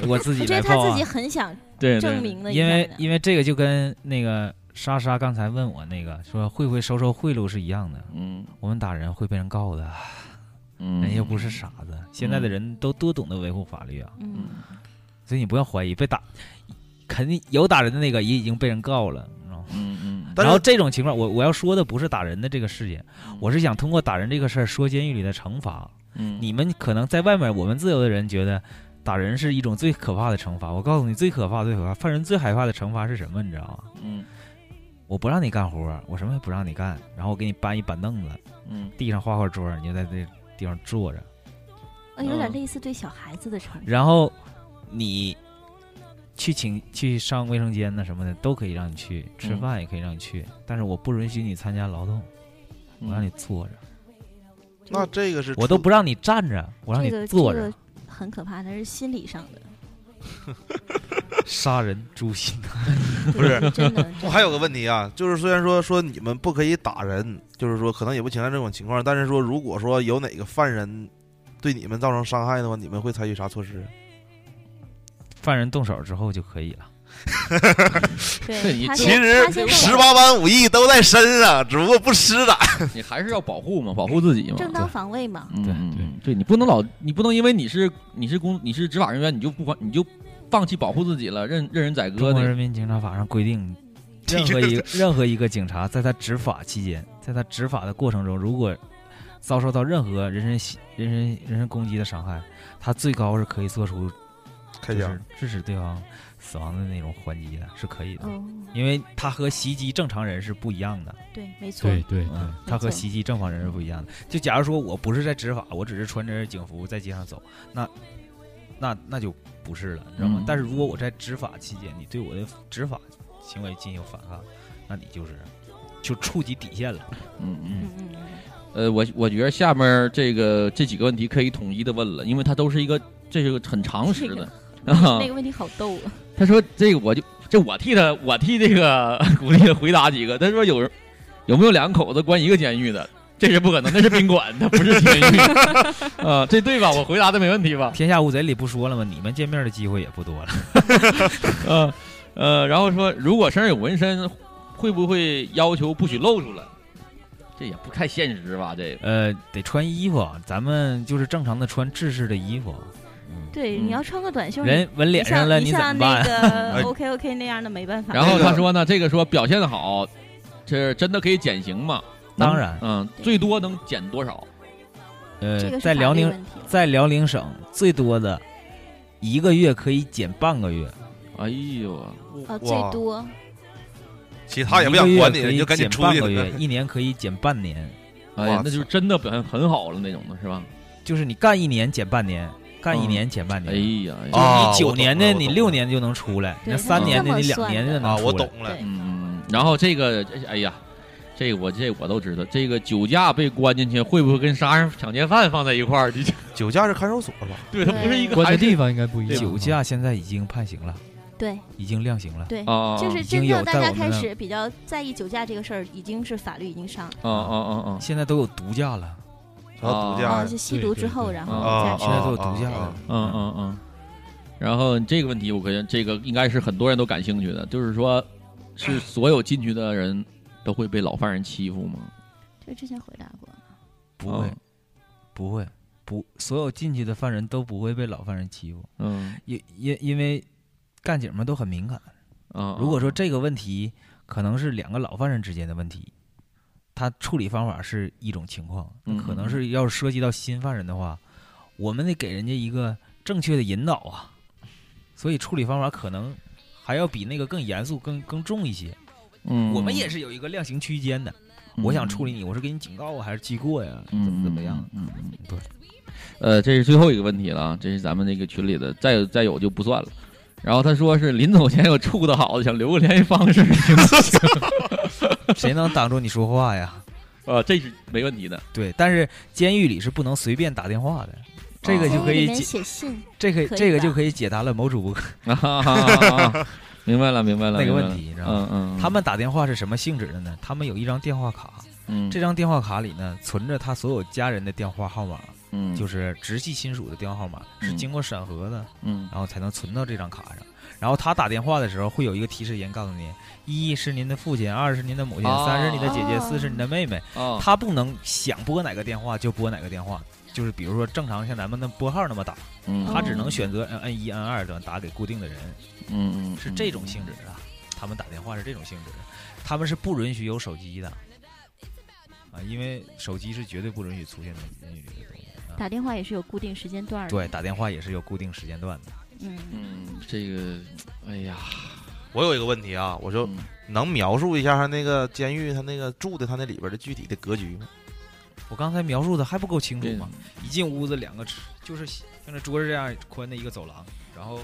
Speaker 8: 我自己
Speaker 4: 我觉
Speaker 8: 来
Speaker 4: 得他
Speaker 8: 报
Speaker 4: 自
Speaker 8: 啊
Speaker 4: 己，很想
Speaker 9: 对对
Speaker 4: 证，明了一下
Speaker 8: 因为
Speaker 4: 呢
Speaker 8: 因为这个就跟那个莎莎刚才问我那个说会不会收受贿赂是一样的。
Speaker 9: 嗯
Speaker 8: 我们打人会被人告的，
Speaker 9: 嗯，
Speaker 8: 人又哎不是傻子。现在的人都多懂得维护法律啊，
Speaker 4: 嗯，
Speaker 8: 所以你不要怀疑被打，肯定有打人的那个也已经被人告了，你知道吗？
Speaker 9: 嗯嗯，
Speaker 6: 但
Speaker 8: 然后
Speaker 6: 是
Speaker 8: 这种情况，我我要说的不是打人的这个事情，我是想通过打人这个事儿说监狱里的惩罚。
Speaker 9: 嗯
Speaker 8: 你们可能在外面，我们自由的人觉得打人是一种最可怕的惩罚。我告诉你，最可怕、最可怕，犯人最害怕的惩罚是什么？你知道吗？
Speaker 9: 嗯
Speaker 8: 我不让你干活儿，我什么也不让你干，然后我给你搬一板凳子，
Speaker 9: 嗯
Speaker 8: 地上画画桌儿，你就在这地方坐着。
Speaker 4: 呃有点
Speaker 9: 嗯
Speaker 4: 类似对小孩子的惩罚，
Speaker 8: 然后你去请去上卫生间呐什么的都可以让你去，吃
Speaker 9: 嗯
Speaker 8: 饭也可以让你去，但是我不允许你参加劳动，
Speaker 9: 嗯
Speaker 8: 我让你坐着，
Speaker 6: 那这个是
Speaker 8: 我都
Speaker 6: 出
Speaker 8: 不让你站着，我让
Speaker 4: 这
Speaker 8: 你
Speaker 4: 个这
Speaker 8: 坐着，
Speaker 4: 个很可怕，它是心理上
Speaker 8: [laughs]
Speaker 4: 的，
Speaker 8: 杀人诛心。 [laughs]
Speaker 6: 不是
Speaker 4: 真的。
Speaker 6: 我还有个问题啊，就是虽然说说你们不可以打人，就是说可能也不存在这种情况，但是说如果说有哪个犯人对你们造成伤害的话，你们会采取啥措施？
Speaker 8: 犯人动手之后就可以了，
Speaker 9: 对
Speaker 4: 对，
Speaker 9: 你
Speaker 4: 他
Speaker 9: 其
Speaker 6: 其
Speaker 4: 先
Speaker 6: 实
Speaker 4: 他先
Speaker 6: 十
Speaker 4: 正
Speaker 6: 八般武艺都在身上，只不过不施展。
Speaker 9: 嗯你还是要保护嘛，保护自己嘛。
Speaker 4: 正当防卫嘛，
Speaker 9: 嗯
Speaker 10: 对
Speaker 9: 嗯
Speaker 10: 对
Speaker 9: 嗯对你不能老，你不能因为你是你是公你是执法人员，你就不管你就放弃保护自己了，任任人宰
Speaker 8: 中
Speaker 9: 割
Speaker 8: 国
Speaker 9: 那个。
Speaker 8: 人民警察法上规定，任何一个任何一个警察在他执法期间，在他执法的过程中，如果遭受到任何人身袭人身人身攻击的伤害，他最高是可以做出就是致使对方死亡的那种还击的，是可以的。
Speaker 4: 哦，
Speaker 8: 因为他和袭击正常人是不一样的，
Speaker 4: 对，没错，
Speaker 10: 对对对
Speaker 8: 嗯，他和袭击正常人是不一样的。就假如说我不是在执法，我只是穿着警服在街上走，那那那就不是了，你知道吗？
Speaker 9: 嗯
Speaker 8: 但是如果我在执法期间，你对我的执法行为进行反抗，那你就是就触及底线了。
Speaker 9: 嗯嗯。
Speaker 4: 嗯嗯嗯，
Speaker 9: 呃，我我觉得下面儿这个这几个问题可以统一的问了，因为它都是一个这是个很常识的
Speaker 8: [laughs]
Speaker 9: 啊
Speaker 4: 嗯那。个问题好逗啊，
Speaker 9: 他说这个我就这我替他我替这个 [laughs] 鼓励回答几个。他说有人有没有两口子关一个监狱的？这是不可能，那是宾馆，它不是
Speaker 4: [laughs]
Speaker 9: 监狱啊、这对吧？我回答的没问题吧？
Speaker 8: 天下无贼里不说了吗？你们见面的机会也不多了。 [laughs]
Speaker 9: 呃呃，然后说如果身上有纹身，会不会要求不许露出来？这也不太现实吧？这个
Speaker 8: 呃，得穿衣服，咱们就是正常的穿制式的衣服。
Speaker 4: 对，
Speaker 9: 嗯
Speaker 4: 你要穿个短袖，
Speaker 8: 人纹
Speaker 4: 你
Speaker 8: 脸上了，
Speaker 4: 你
Speaker 8: 你怎
Speaker 4: 像
Speaker 8: 么
Speaker 4: 那
Speaker 8: 办？啊
Speaker 4: [laughs]
Speaker 8: 哎
Speaker 4: 个 OK OK 那样的没 [laughs] 办法，
Speaker 9: 然后他说呢，这个说表现好，这真的可以减刑吗？能
Speaker 8: 当
Speaker 10: 啊
Speaker 8: 然
Speaker 9: 嗯，
Speaker 4: 对
Speaker 9: 最多能减多少？
Speaker 4: 这
Speaker 8: 呃，
Speaker 4: 个是
Speaker 8: 在
Speaker 4: 法
Speaker 8: 辽
Speaker 4: 律
Speaker 8: 宁
Speaker 4: 问题了
Speaker 8: 在辽宁省最多的一个月可以减半个月，
Speaker 9: 哎呦，
Speaker 4: 啊，最
Speaker 6: 哇
Speaker 4: 多
Speaker 6: 其他也不想管你了，你就赶紧
Speaker 8: 一
Speaker 6: 出
Speaker 8: 个
Speaker 6: 去
Speaker 8: 月可以减半
Speaker 6: 了
Speaker 8: 个。月，一年可以减半年，
Speaker 9: 哎呀
Speaker 6: 哇，
Speaker 9: 那就是
Speaker 6: 塞
Speaker 9: 真的表现很好了那种的是吧？
Speaker 8: 就是你干一年减半年，干
Speaker 4: 嗯
Speaker 8: 一年减半
Speaker 10: 嗯
Speaker 9: 哎
Speaker 8: 年。
Speaker 9: 呀，哎呀
Speaker 8: 就
Speaker 10: 哦
Speaker 6: 啊
Speaker 8: 是你
Speaker 6: 我
Speaker 8: 九
Speaker 6: 懂
Speaker 8: 年
Speaker 6: 了
Speaker 8: 的，
Speaker 6: 我
Speaker 8: 你
Speaker 6: 懂
Speaker 8: 六
Speaker 6: 了
Speaker 8: 年就能出来；
Speaker 4: 对
Speaker 8: 那
Speaker 4: 他
Speaker 8: 三
Speaker 4: 是
Speaker 8: 年
Speaker 4: 这
Speaker 8: 的，
Speaker 4: 么
Speaker 8: 你两
Speaker 4: 算
Speaker 8: 年
Speaker 4: 的
Speaker 8: 就能出来。
Speaker 6: 啊，我懂。了
Speaker 4: 对，
Speaker 9: 嗯，然后这个，哎呀，这个我这我都知道，这个酒驾被关进去会不会跟杀人抢劫犯放在一块儿？这就
Speaker 6: 酒驾是看守所吧？
Speaker 9: 对，它不是一个
Speaker 10: 关
Speaker 9: 还
Speaker 10: 的
Speaker 9: 是
Speaker 10: 地方应该不一样。啊
Speaker 8: 酒驾现在已经判刑了，
Speaker 4: 对
Speaker 8: 已经量刑了。
Speaker 4: 对。
Speaker 9: 啊，
Speaker 4: 就是
Speaker 8: 哦经
Speaker 4: 真
Speaker 8: 有
Speaker 4: 正大
Speaker 8: 在
Speaker 4: 家
Speaker 8: 我们
Speaker 4: 开
Speaker 8: 那儿
Speaker 4: 始比较在意酒驾这个事儿，已经是法律已经上了
Speaker 9: 啊啊啊啊，
Speaker 8: 现在都有毒驾了，
Speaker 6: 然后
Speaker 4: 啊，
Speaker 6: 毒驾
Speaker 4: 就吸
Speaker 10: 对
Speaker 4: 毒
Speaker 10: 对
Speaker 4: 之后，
Speaker 10: 对
Speaker 4: 然
Speaker 9: 啊
Speaker 4: 后
Speaker 6: 啊
Speaker 4: 再
Speaker 8: 现在都有毒驾
Speaker 6: 啊
Speaker 8: 了
Speaker 6: 啊啊。
Speaker 9: 嗯嗯嗯。然后这个问题，我觉得这个应该是很多人都感兴趣的，就是说，是所有进去的人都会被老犯人欺负吗？哦
Speaker 4: 这之前回答过，
Speaker 8: 不会，
Speaker 4: 嗯
Speaker 8: 不会，不，所有进去的犯人都不会被老犯人欺负，
Speaker 9: 嗯，
Speaker 8: 因因因为干警们都很敏感。
Speaker 9: 嗯啊。
Speaker 8: 如果说这个问题可能是两个老犯人之间的问题，他处理方法是一种情况，
Speaker 9: 嗯
Speaker 8: 那可能是要是涉及到新犯人的话，我们得给人家一个正确的引导啊，所以处理方法可能还要比那个更严肃、更更重一些。
Speaker 9: 嗯，
Speaker 8: 我们也是有一个量刑区间的，
Speaker 9: 嗯，
Speaker 8: 我想处理你，我是给你警告啊，还是记过呀，怎么怎么样？
Speaker 9: 嗯？嗯，嗯
Speaker 8: 对。
Speaker 9: 呃，这是最后一个问题了啊，这是咱们这个群里的，再有再有就不算了。然后他说是临走前有处的好的，想留个联系方
Speaker 8: [laughs]
Speaker 9: 式，行不行？
Speaker 8: [laughs] 谁能挡住你说话呀？
Speaker 9: 呃，这是没问题的。
Speaker 8: 对，但是监狱里是不能随便打电话的，这个
Speaker 9: 啊
Speaker 8: 就可以
Speaker 4: 里面
Speaker 8: 解，
Speaker 4: 写信，
Speaker 8: 这
Speaker 4: 可
Speaker 8: 个
Speaker 4: 以
Speaker 8: 这个
Speaker 4: 吧
Speaker 8: 就可以解答了某主播
Speaker 9: 啊 [laughs] 哈哈哈哈明白了，明白了。
Speaker 8: 那个
Speaker 9: 明白
Speaker 8: 问
Speaker 9: 了
Speaker 8: 题，你知道吗？
Speaker 9: 嗯嗯，
Speaker 8: 他们打电话是什么性质的呢？他们有一张电话卡，
Speaker 9: 嗯
Speaker 8: 这张电话卡里呢存着他所有家人的电话号码，
Speaker 9: 嗯
Speaker 8: 就是直系亲属的电话号码，
Speaker 9: 嗯
Speaker 8: 是经过审核的，
Speaker 9: 嗯
Speaker 8: 然后才能存到这张卡上。然后他打电话的时候会有一个提示音告诉你：一是您的父亲，二是您的母亲，
Speaker 9: 哦
Speaker 8: 三是你的姐姐，
Speaker 4: 哦
Speaker 8: 四是你的妹妹。
Speaker 9: 啊
Speaker 8: 他不能想拨哪个电话就拨哪个电话。就是比如说正常像咱们那拨号那么打，
Speaker 9: 嗯
Speaker 8: 他只
Speaker 4: 哦
Speaker 8: 能选择呃按按一按二的打给固定的人，
Speaker 9: 嗯嗯
Speaker 8: 是这种性质的，啊他们打电话是这种性质的，他们是不允许有手机的，啊，因为手机是绝对不允许出现的言语的东西。啊
Speaker 4: 打电话也是有固定时间段儿的。
Speaker 8: 对，打电话也是有固定时间段的。
Speaker 4: 嗯，
Speaker 9: 嗯，这个，哎呀，
Speaker 6: 我有一个问题啊，我就
Speaker 9: 嗯
Speaker 6: 能描述一下他那个监狱，他那个住的他那里边的具体的格局吗？
Speaker 8: 我刚才描述的还不够清楚
Speaker 9: 这
Speaker 8: 吗？一进屋子，两个吃就是像这桌子这样宽的一个走廊，然后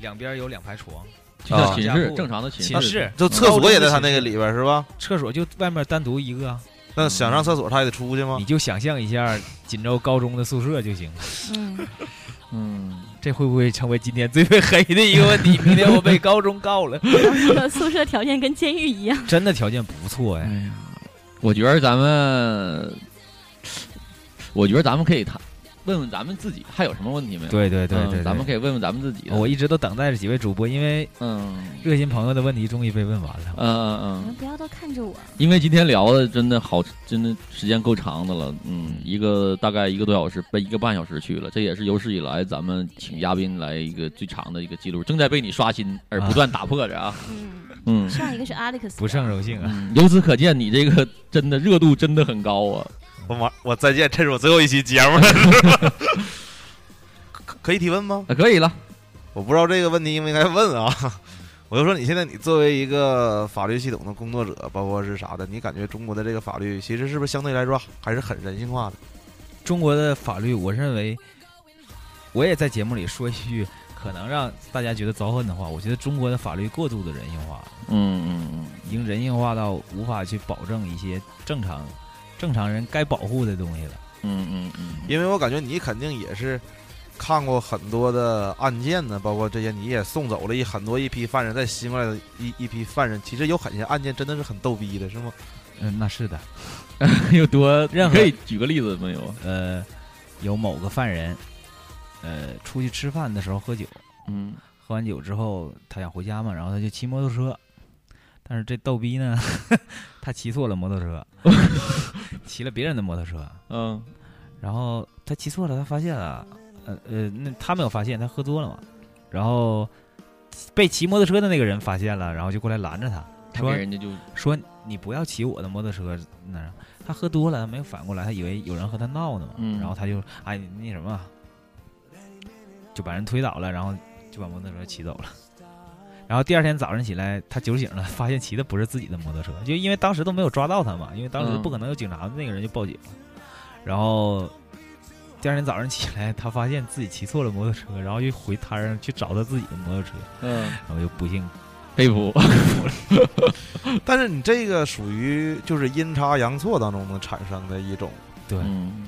Speaker 8: 两边有两排床，
Speaker 9: 就像
Speaker 6: 啊
Speaker 9: 寝
Speaker 8: 下
Speaker 9: 室
Speaker 8: 铺
Speaker 9: 正常的寝
Speaker 8: 寝室、
Speaker 6: 就厕所也在他那个里边是吧？嗯
Speaker 8: 厕所就外面单独一个啊，
Speaker 6: 那想上厕所他也得出去吗
Speaker 8: 你？就想象一下锦州高中的宿舍就行了。
Speaker 4: 嗯， [laughs]
Speaker 9: 嗯，
Speaker 8: 这会不会成为今天最被黑的一个问题？明天我被高中告了，
Speaker 4: 宿舍条件跟监狱一样。
Speaker 8: 真的条件不错哎
Speaker 9: 哎。呀，我觉得咱们，我觉得咱们可以谈，问问咱们自己还有什么问题没有？
Speaker 8: 对对对
Speaker 9: 嗯
Speaker 8: 对，
Speaker 9: 咱们可以问问咱们自己
Speaker 8: 对
Speaker 9: 的。
Speaker 8: 我一直都等待着几位主播，因为
Speaker 9: 嗯
Speaker 8: 热心朋友的问题终于被问完
Speaker 9: 嗯
Speaker 8: 了。
Speaker 9: 嗯
Speaker 4: 你们
Speaker 9: 嗯，
Speaker 4: 不要都看着我，
Speaker 9: 因为今天聊的真的好，真的时间够长的了，嗯，一个大概一个多小时，奔一个半小时去了，这也是有史以来咱们请嘉宾来一个最长的一个记录，正在被你刷新而不断打破着 [laughs] 啊，
Speaker 4: 嗯，
Speaker 9: 嗯。
Speaker 4: 上一个是 Alex，
Speaker 8: 不胜荣幸啊！
Speaker 9: 嗯由此可见，你这个真的热度真的很高啊！
Speaker 6: 我完，我再见，这是我最后一期节目了，是吧？可可以提问吗？
Speaker 9: 啊，可以了，
Speaker 6: 我不知道这个问题应不应该问啊。 [laughs] 我就说你现在你作为一个法律系统的工作者，包括是啥的，你感觉中国的这个法律其实是不是相对来说还是很人性化的？
Speaker 8: 中国的法律，我认为，我也在节目里说一句可能让大家觉得遭恨的话，我觉得中国的法律过度的人性化了，
Speaker 9: 嗯嗯嗯，
Speaker 8: 已经人性化到无法去保证一些正常正常人该保护的东西了。
Speaker 9: 嗯嗯嗯，
Speaker 6: 因为我感觉你肯定也是看过很多的案件呢，包括这些你也送走了一很多一批犯人，再吸过来的一一批犯人，其实有很些案件真的是很逗逼的，是吗？
Speaker 8: 嗯，那是的。
Speaker 9: 有多
Speaker 8: 任何
Speaker 9: 可以举个例子没有？啊
Speaker 8: 呃，有某个犯人，呃，出去吃饭的时候喝酒，
Speaker 9: 嗯
Speaker 8: 喝完酒之后他想回家嘛，然后他就骑摩托车，但是这逗逼呢， [laughs] 他骑错了摩托车，骑了别人的摩托车，
Speaker 9: 嗯
Speaker 8: 然后他骑错了，他发现了，呃呃，那他没有发现，他喝多了嘛，然后被骑摩托车的那个人发现了，然后就过来拦着他，
Speaker 9: 他
Speaker 8: 说
Speaker 9: 给人家就
Speaker 8: 说你不要骑我的摩托车那儿。他喝多了，他没有反过来，他以为有人和他闹呢嘛，
Speaker 9: 嗯
Speaker 8: 然后他就哎那什么，就把人推倒了，然后就把摩托车骑走了。 [laughs] 然后第二天早上起来，他酒醒了，发现骑的不是自己的摩托车，就因为当时都没有抓到他嘛，因为当时
Speaker 9: 嗯
Speaker 8: 不可能有警察，那个人就报警了。然后第二天早上起来，他发现自己骑错了摩托车，然后又回摊儿上去找他自己的摩托车，
Speaker 9: 嗯
Speaker 8: 然后就不幸
Speaker 9: 佩服，
Speaker 6: 但是你这个属于就是阴差阳错当中能产生的一种
Speaker 8: 对。
Speaker 9: 嗯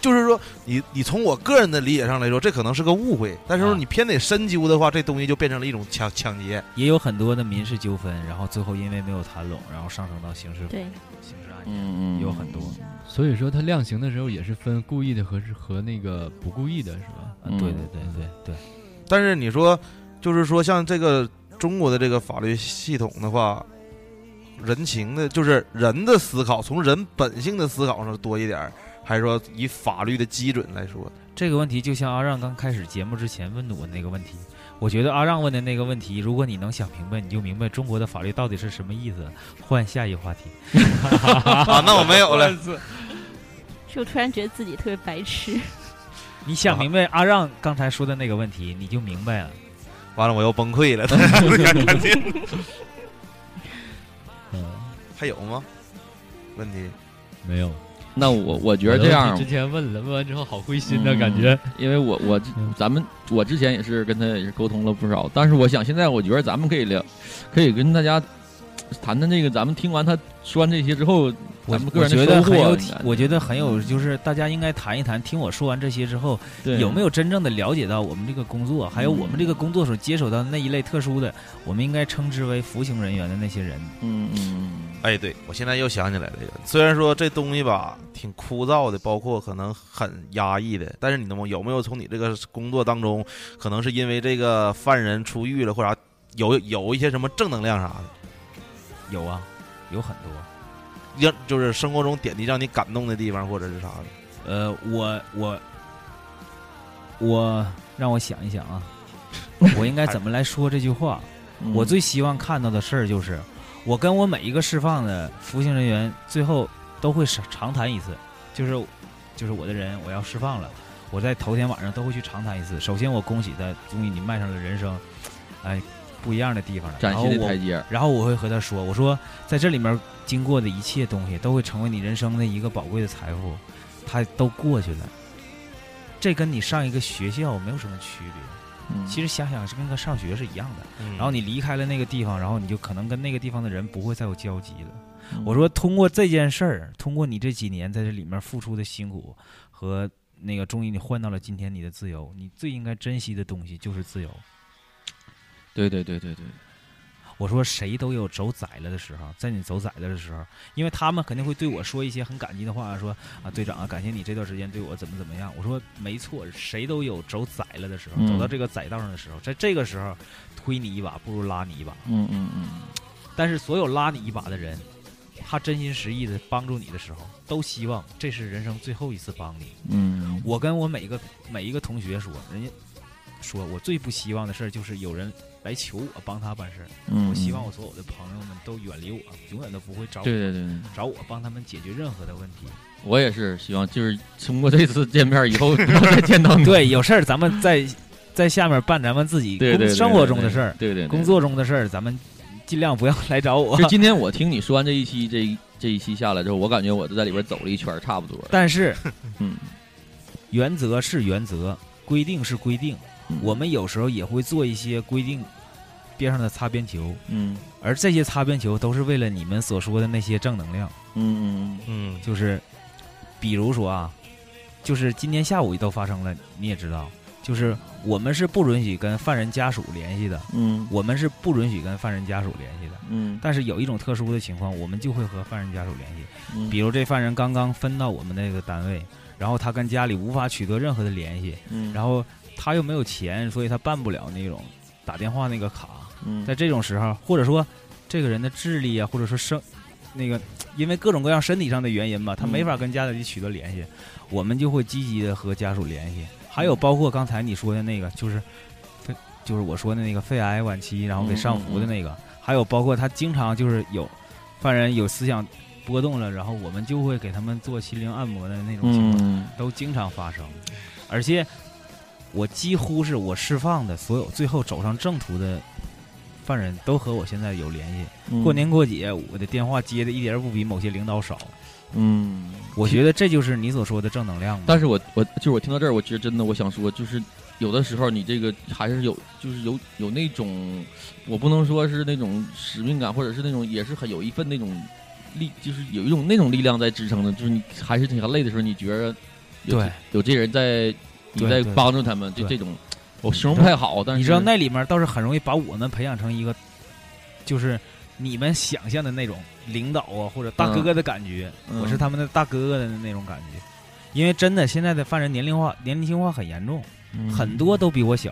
Speaker 6: 就是说你，你从我个人的理解上来说，这可能是个误会，但是说
Speaker 8: 啊
Speaker 6: 你偏得深究的话，这东西就变成了一种抢抢劫。
Speaker 8: 也有很多的民事纠纷，然后最后因为没有谈拢，然后上升到刑事
Speaker 4: 对，
Speaker 8: 刑事案件，
Speaker 9: 嗯嗯，
Speaker 8: 有很多。
Speaker 10: 所以说他量刑的时候也是分故意的和是和那个不故意的，是吧？
Speaker 8: 啊对对对对对，
Speaker 6: 但是你说，就是说像这个中国的这个法律系统的话，人情的，就是人的思考，从人本性的思考上多一点儿，还是说以法律的基准来说，
Speaker 8: 这个问题就像阿让刚开始节目之前问的我那个问题，我觉得阿让问的那个问题，如果你能想明白，你就明白中国的法律到底是什么意思。换下一个话题，
Speaker 6: 啊，那我没有了。
Speaker 4: 是我突然觉得自己特别白痴，
Speaker 8: 你想明白阿让刚才说的那个问题，你就明白了。
Speaker 6: 完了，我又崩溃了。
Speaker 10: 嗯，
Speaker 6: 还有吗？问题？
Speaker 10: 没有。
Speaker 9: 那我我觉得
Speaker 10: 我的
Speaker 9: 这样
Speaker 10: 问题之前问了，问完之后好灰心的
Speaker 9: 嗯
Speaker 10: 感觉。
Speaker 9: 因为我我
Speaker 10: 嗯
Speaker 9: 咱们我之前也是跟他也是沟通了不少，但是我想现在我觉得咱们可以聊，可以跟大家谈谈这个，咱们听完他说完这些之后，
Speaker 8: 我
Speaker 9: 咱们个
Speaker 8: 我
Speaker 9: 人的收
Speaker 8: 觉得
Speaker 9: 获
Speaker 8: 很有
Speaker 9: 应该
Speaker 8: 体，我觉得很有，就是大家应该谈一谈。听我说完这些之后，
Speaker 9: 对
Speaker 8: 有没有真正的了解到我们这个工作，还有我们这个工作所接手到的那一类特殊的，我们应该称之为服刑人员的那些人？
Speaker 9: 嗯嗯
Speaker 6: 哎，对，我现在又想起来了这个。虽然说这东西吧挺枯燥的，包括可能很压抑的，但是你能不有没有从你这个工作当中，可能是因为这个犯人出狱了或啥，有有一些什么正能量啥的，
Speaker 8: 有啊，有很多。
Speaker 6: 让就是生活中点滴让你感动的地方或者是啥的。
Speaker 8: 呃，我我我让我想一想 [laughs] 啊，我应该怎么来说这句话？
Speaker 9: 嗯，
Speaker 8: 我最希望看到的事儿就是，我跟我每一个释放的服刑人员最后都会是长谈一次，就是就是我的人我要释放了，我在头天晚上都会去长谈一次。首先我恭喜他，终于你迈上了人生，哎，不一样的地方了。
Speaker 9: 崭新
Speaker 8: 然后
Speaker 9: 的
Speaker 8: 我
Speaker 9: 台阶，
Speaker 8: 然后我会和他说：“我说，在这里面经过的一切东西，都会成为你人生的一个宝贵的财富，它都过去了。这跟你上一个学校没有什么区别。
Speaker 9: 嗯
Speaker 8: 其实想想是跟个上学是一样的。
Speaker 6: 然
Speaker 8: 然后你离开了那个地方，然后你就可能跟那个地方的人不会再有交集了。我说，通过这件事儿，通过你这几年在这里面付出的辛苦和那个，终于你换到了今天你的自由，你最应该珍惜的东西就是自由。”
Speaker 9: 对对对对对，
Speaker 8: 我说谁都有走窄了的时候，在你走窄了的时候，因为他们肯定会对我说一些很感激的话，说啊队长啊，感谢你这段时间对我怎么怎么样。我说没错，谁都有走窄了的时候，
Speaker 9: 嗯
Speaker 8: 走到这个窄道上的时候，在这个时候推你一把不如拉你一把。
Speaker 9: 嗯嗯嗯，
Speaker 8: 但是所有拉你一把的人，他真心实意的帮助你的时候，都希望这是人生最后一次帮你。
Speaker 9: 嗯，
Speaker 8: 我跟我每一个每一个同学说，人家说我最不希望的事儿就是有人来求我帮他办事儿。
Speaker 9: 嗯
Speaker 8: 我希望我所有的朋友们都远离我，永远都不会找
Speaker 9: 对对
Speaker 8: 我
Speaker 9: 对对，
Speaker 8: 找我帮他们解决任何的问题。
Speaker 9: 我也是希望就是通过这次见面以后不要再见到你，
Speaker 8: [laughs] 对，有事儿咱们在 [laughs] 在下面办咱们自己
Speaker 9: 对对对
Speaker 8: 工
Speaker 9: 对
Speaker 8: 生活中的事儿，
Speaker 9: 对对对，对
Speaker 8: 工。作中的事儿，咱们尽量不要来找我
Speaker 9: 就。今天我听你说完这一期这一这一期下来之后，我感觉我都在里边走了一圈儿，差不多了。
Speaker 8: 但是
Speaker 9: 嗯，
Speaker 8: 原则是原则，规定是规定，
Speaker 9: 嗯
Speaker 8: 我们有时候也会做一些规定边上的擦边球，
Speaker 9: 嗯
Speaker 8: 而这些擦边球都是为了你们所说的那些正能量，
Speaker 9: 嗯嗯
Speaker 6: 嗯，
Speaker 8: 就是比如说啊，就是今天下午都发生了，你也知道，就是我们是不允许跟犯人家属联系的，
Speaker 9: 嗯
Speaker 8: 我们是不允许跟犯人家属联系的。
Speaker 9: 嗯
Speaker 8: 但是有一种特殊的情况，我们就会和犯人家属联系。
Speaker 9: 嗯，
Speaker 8: 比如这犯人刚刚分到我们那个单位，然后他跟家里无法取得任何的联系，
Speaker 9: 嗯，
Speaker 8: 然后他又没有钱，所以他办不了那种打电话那个卡。
Speaker 9: 嗯
Speaker 8: 在这种时候，或者说这个人的智力啊，或者说生那个因为各种各样身体上的原因吧，他
Speaker 9: 嗯
Speaker 8: 没法跟家里取得联系，我们就会积极的和家属联系。还有包括刚才你说的那个，就是肺，就是我说的那个肺癌晚期，然后给上浮的那个，还有包括他经常就是有犯人有思想波动了，然后我们就会给他们做心灵按摩的那种情况。
Speaker 9: 嗯
Speaker 8: 都经常发生，而且我几乎是我释放的所有最后走上正途的犯人都和我现在有联系。
Speaker 9: 嗯
Speaker 8: 过年过节，我的电话接的一点儿不比某些领导少。
Speaker 9: 嗯，
Speaker 8: 我觉得这就是你所说的正能量嘛。
Speaker 9: 但是我我就是我听到这儿，我觉得真的我想说，就是有的时候你这个还是有，就是有有那种，我不能说是那种使命感，或者是那种也是很有一份那种力，就是有一种那种力量在支撑着，就是你还是挺累的时候，你觉得有
Speaker 8: 对
Speaker 9: 有这人在你
Speaker 8: 对
Speaker 9: 在
Speaker 8: 对
Speaker 9: 帮助他们，就
Speaker 8: 对
Speaker 9: 这种我形容不太好，但是
Speaker 8: 你知道那里面倒是很容易把我们培养成一个，就是你们想象的那种领导啊或者大哥哥的感觉，
Speaker 9: 嗯
Speaker 8: 我是他们的大哥哥的那种感觉。因为真的，现在的犯人年龄化、年龄轻化很严重，
Speaker 9: 嗯
Speaker 8: 很多都比我小。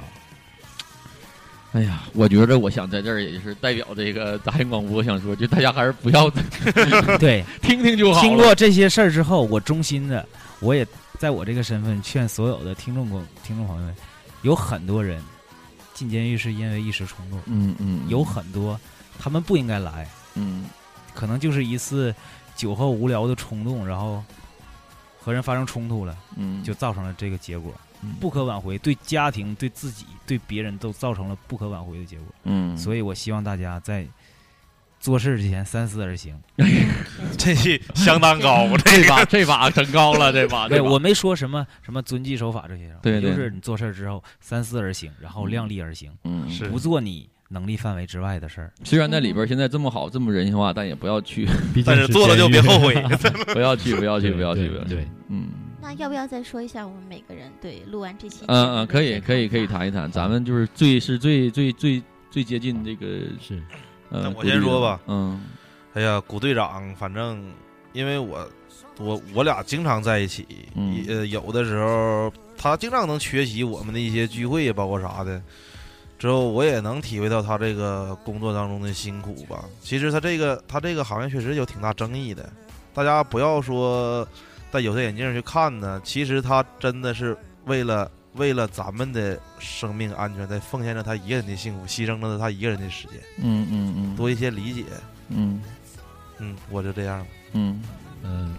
Speaker 9: 哎呀，我觉着我想在这儿也是代表这个杂音广播，想说，就大家还是不要 [laughs]
Speaker 8: 对，
Speaker 9: 听听就好了。
Speaker 8: 经过这些事儿之后，我衷心的，我也在我这个身份劝所有的听众朋听众朋友们，有很多人进监狱是因为一时冲动，
Speaker 9: 嗯嗯，
Speaker 8: 有很多他们不应该来，
Speaker 9: 嗯
Speaker 8: 可能就是一次酒后无聊的冲动，然后和人发生冲突了，
Speaker 9: 嗯，
Speaker 8: 就造成了这个结果，
Speaker 9: 嗯
Speaker 8: 不可挽回，对家庭、对自己、对别人都造成了不可挽回的结果。
Speaker 9: 嗯，
Speaker 8: 所以我希望大家在做事之前三思而行。
Speaker 6: 这相当高，这
Speaker 9: 这把 [laughs] 这把整高了，这把
Speaker 8: 对
Speaker 9: 这把
Speaker 8: 我没说什么什么遵纪守法这些，
Speaker 9: 啊
Speaker 8: 啊
Speaker 9: 对对
Speaker 8: 就是你做事儿之后三思而行，然后量力而行，
Speaker 9: 嗯
Speaker 6: 是
Speaker 8: 不做你能力范围之外的事儿。
Speaker 9: 虽然在里边现在这么好，这么人性化，但也不要去，
Speaker 10: 毕竟
Speaker 6: 但是做了就别后悔。
Speaker 9: 不要去，不要去，
Speaker 10: 对
Speaker 9: 不要去，
Speaker 10: 对
Speaker 9: 不要去。
Speaker 10: 对，
Speaker 9: 嗯
Speaker 4: 那要不要再说一下我们每个人对录完这期？
Speaker 9: 嗯嗯，可以可以可以。谈一谈，咱们就是最是最最最最接近这个
Speaker 10: 是
Speaker 9: 呃，
Speaker 6: 那我先说吧
Speaker 9: 鼓励的，嗯
Speaker 6: 哎呀，古队长，反正因为我我我俩经常在一起，
Speaker 9: 嗯
Speaker 6: 呃，有的时候他经常能缺席我们的一些聚会，包括啥的。之后我也能体会到他这个工作当中的辛苦吧。其实他这个他这个行业确实有挺大争议的，大家不要说戴有色眼镜去看呢，其实他真的是为了为了咱们的生命安全，在奉献着他一个人的幸福，牺牲了他一个人的时间，
Speaker 9: 嗯嗯嗯，
Speaker 6: 多一些理解。
Speaker 9: 嗯
Speaker 6: 嗯，我就这样吧。
Speaker 9: 嗯
Speaker 10: 嗯，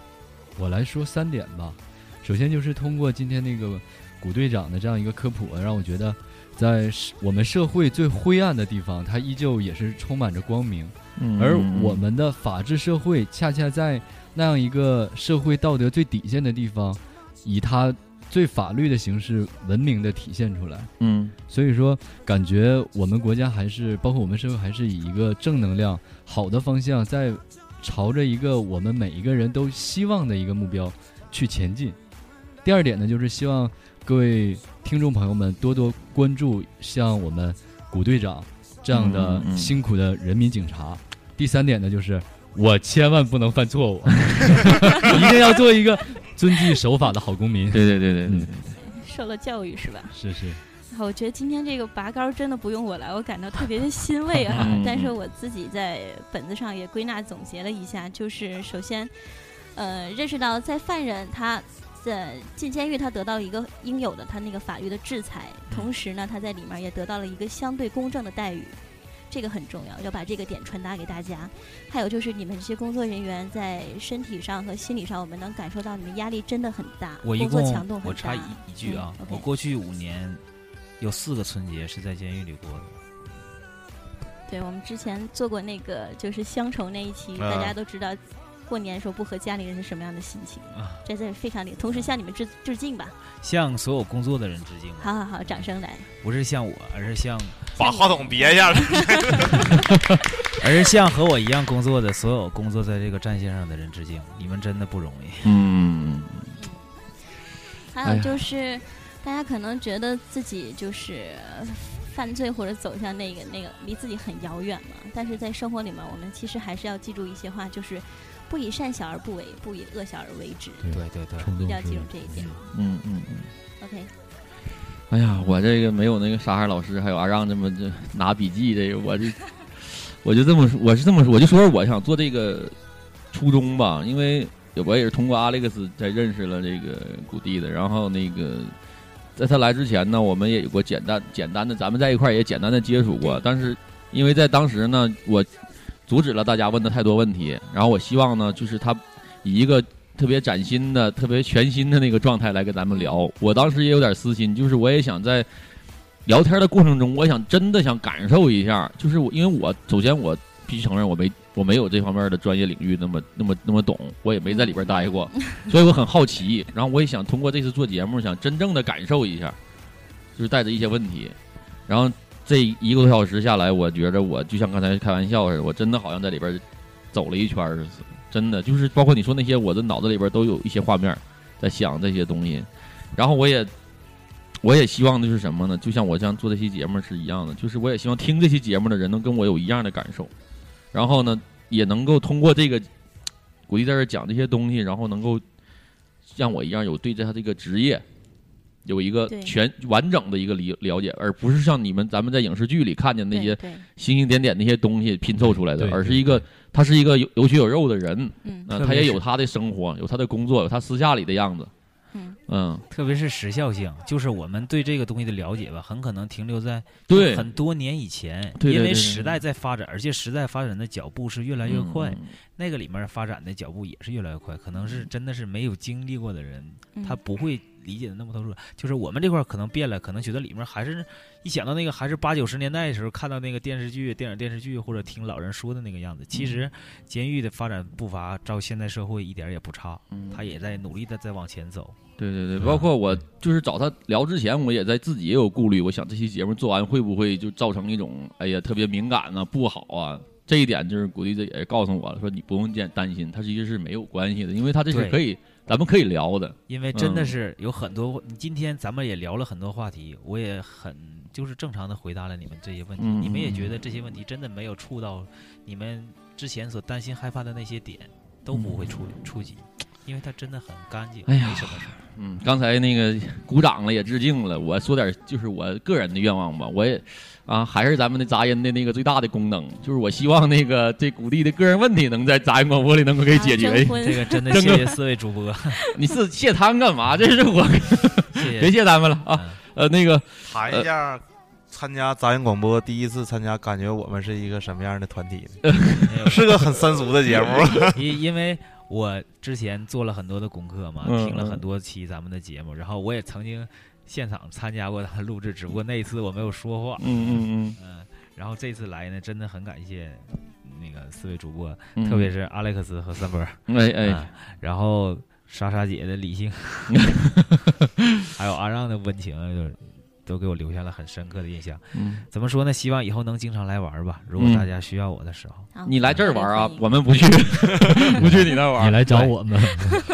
Speaker 10: 我来说三点吧。首先就是通过今天那个古队长的这样一个科普啊，让我觉得在社我们社会最灰暗的地方，它依旧也是充满着光明。
Speaker 9: 嗯，
Speaker 10: 而我们的法治社会恰恰在那样一个社会道德最底线的地方，以它最法律的形式文明的体现出来。
Speaker 9: 嗯
Speaker 10: 所以说，感觉我们国家还是包括我们社会，还是以一个正能量、好的方向，在朝着一个我们每一个人都希望的一个目标去前进。第二点呢，就是希望各位听众朋友们多多关注像我们古队长这样的
Speaker 9: 嗯嗯嗯
Speaker 10: 辛苦的人民警察。第三点呢，就是我千万不能犯
Speaker 9: [laughs]
Speaker 10: 错误，一定要做一个遵纪守法的好公民。
Speaker 9: 对对对对对
Speaker 10: 嗯，
Speaker 4: 受了教育是吧？
Speaker 10: 是是，
Speaker 4: 啊我觉得今天这个拔高真的不用我来，我感到特别的欣慰
Speaker 8: [laughs]
Speaker 4: 哈、
Speaker 9: 嗯
Speaker 4: 但是我自己在本子上也归纳总结了一下，就是首先，呃，认识到在犯人他在进监狱，他得到了一个应有的他那个法律的制裁，
Speaker 8: 嗯
Speaker 4: 同时呢，他在里面也得到了一个相对公正的待遇。这个很重要，要把这个点传达给大家。还有就是你们这些工作人员在身体上和心理上，我们能感受到你们压力真的很大，
Speaker 8: 我一
Speaker 4: 工作强度
Speaker 8: 共
Speaker 4: 很大。
Speaker 8: 我插一一句啊，
Speaker 4: 嗯，OK
Speaker 8: 我过去五年有四个春节是在监狱里过的。
Speaker 4: 对，我们之前做过那个就是乡愁那一期，
Speaker 6: 啊
Speaker 4: 大家都知道，过年的时候不和家里人是什么样的心情，
Speaker 8: 啊
Speaker 4: 在这非常理。同时向你们致致敬吧，
Speaker 8: 向所有工作的人致敬吧，
Speaker 4: 好好好，掌声来。
Speaker 8: 不是向我，而是向
Speaker 6: 把话筒别下来。
Speaker 8: 而是向和我一样工作的所有工作在这个战线上的人致敬，你们真的不容易。
Speaker 9: 嗯，
Speaker 4: 还
Speaker 9: 哎
Speaker 4: 有
Speaker 9: 呀
Speaker 4: 就是，大家可能觉得自己就是呃犯罪或者走向那个那个离自己很遥远嘛，但是在生活里面，我们其实还是要记住一些话，就是不以善小而不为，不以恶小而为之，
Speaker 8: 对对对，
Speaker 10: 冲
Speaker 4: 一
Speaker 10: 动
Speaker 4: 定要
Speaker 10: 是
Speaker 4: 记住这一点。
Speaker 9: 嗯嗯嗯。
Speaker 4: OK，
Speaker 9: 哎呀，我这个没有那个沙海老师还有阿让这么这拿笔记，这个我就我就这么说，我是这么说，我就说我想做这个初衷吧，因为我也是通过 Alex 才认识了这个谷地的，然后那个在他来之前呢，我们也有过简单简单的，咱们在一块儿也简单的接触过，但是因为在当时呢，我阻止了大家问的太多问题，然后我希望呢，就是他以一个特别崭新的、特别全新的那个状态来跟咱们聊。我当时也有点私心，就是我也想在聊天的过程中，我想真的想感受一下，就是我因为我首先我必须承认我没我没有这方面的专业领域那么那么那么懂，我也没在里边待过，所以我很好奇。然后我也想通过这次做节目，想真正的感受一下，就是带着一些问题，然后。这一个多小时下来，我觉着我就像刚才开玩笑似的，我真的好像在里边走了一圈儿似的，真的就是包括你说那些，我的脑子里边都有一些画面在想这些东西，然后我也我也希望的是什么呢？就像我像做这期节目是一样的，就是我也希望听这期节目的人能跟我有一样的感受，然后呢，也能够通过这个鼓励在这儿讲这些东西，然后能够像我一样有对他这个职业有一个
Speaker 4: 对
Speaker 9: 全完整的一个理了解，而不是像你们咱们在影视剧里看见那些
Speaker 4: 对对，
Speaker 9: 星星点点那些东西拼凑出来的，
Speaker 10: 对
Speaker 9: 而是
Speaker 10: 对
Speaker 9: 一个他是一个有有血有肉的人，
Speaker 4: 嗯
Speaker 9: 呃
Speaker 8: 特
Speaker 9: 他也
Speaker 8: 别是
Speaker 9: 有他的生活，有他的工作，有他私下里的样子，
Speaker 4: 嗯
Speaker 9: 嗯，
Speaker 8: 特别是时效性，就是我们对这个东西的了解吧，很可能停留在
Speaker 9: 对，
Speaker 8: 很多年以前，
Speaker 9: 对对
Speaker 8: 因
Speaker 9: 对
Speaker 8: 为
Speaker 9: 对
Speaker 8: 时代在发展，而且时代发展的脚步是越来越快，
Speaker 9: 嗯，
Speaker 8: 那个里面发展的脚步也是越来越快，可能是真的是没有经历过的人，
Speaker 4: 嗯
Speaker 8: 他不会理解的那么透彻。就是我们这块儿可能变了，可能觉得里面还是一想到那个还是八九十年代的时候看到那个电视剧、电影、电视剧或者听老人说的那个样
Speaker 9: 嗯
Speaker 8: 子。其实监狱的发展步伐照现代社会一点儿也不差，
Speaker 9: 嗯
Speaker 8: 他也在努力的在往前走。
Speaker 9: 对对对，
Speaker 8: 对
Speaker 9: 包括我就是找他聊之前，我也在自己也有顾虑，我想这期节目做完会不会就造成一种哎呀特别敏感呢、不好啊。这一点就是古力这也告诉我了，说你不用见担心，他其实是没有关系的，因为他这是
Speaker 8: 对
Speaker 9: 可以，咱们可以聊的。
Speaker 8: 因为真的
Speaker 9: 嗯
Speaker 8: 是有很多，你今天咱们也聊了很多话题，我也很就是正常的回答了你们这些问题，
Speaker 9: 嗯
Speaker 8: 你们也觉得这些问题真的没有触到你们之前所担心害怕的那些点，都不会触触及，因为它真的很干净，
Speaker 9: 嗯哎呀
Speaker 8: 没什么
Speaker 9: [laughs]
Speaker 8: 事儿。
Speaker 9: 嗯，刚才那个鼓掌了，也致敬了。我说点就是我个人的愿望吧，我也啊，还是咱们的杂音的那个最大的功能，就是我希望那个这谷地的个人问题能在杂音广播里能够给解
Speaker 4: 啊
Speaker 9: 决
Speaker 4: 征。婚
Speaker 8: 这个真的
Speaker 9: 真
Speaker 8: 谢
Speaker 9: 的
Speaker 8: 谢四位主播，
Speaker 9: 你是谢他们干嘛？这是我
Speaker 8: 谢
Speaker 9: 别
Speaker 8: 谢。
Speaker 9: 谢他们了啊。
Speaker 8: 嗯
Speaker 9: 呃，那个
Speaker 6: [laughs] 谈一下参加杂音广播第一次参加，感觉我们是一个什么样的团体 [laughs] 呢？
Speaker 8: 没
Speaker 9: [laughs]
Speaker 8: 有
Speaker 6: 是个很三俗的节目。
Speaker 8: 因因为我之前做了很多的功课嘛，
Speaker 9: 嗯
Speaker 8: 听了很多期咱们的节目，然后我也曾经现场参加过他们录制，只不过那一次我没有说话。
Speaker 9: 嗯嗯
Speaker 8: 嗯，然后这次来呢，真的很感谢那个四位主播，
Speaker 9: 嗯，
Speaker 8: 特别是阿莱克斯和三波，
Speaker 9: 哎哎，
Speaker 8: 啊然后莎莎姐的
Speaker 9: [laughs]
Speaker 8: 理性，还有阿让的温情，就是都给我留下了很深刻的印象。
Speaker 9: 嗯
Speaker 8: 怎么说呢？希望以后能经常来玩吧。如果
Speaker 9: 嗯
Speaker 8: 大家需要我的时候，
Speaker 4: 好
Speaker 9: 你来这儿玩啊
Speaker 4: 欢，迎
Speaker 9: 我们不去， [laughs] 不去你那儿玩。
Speaker 10: 你来找我们，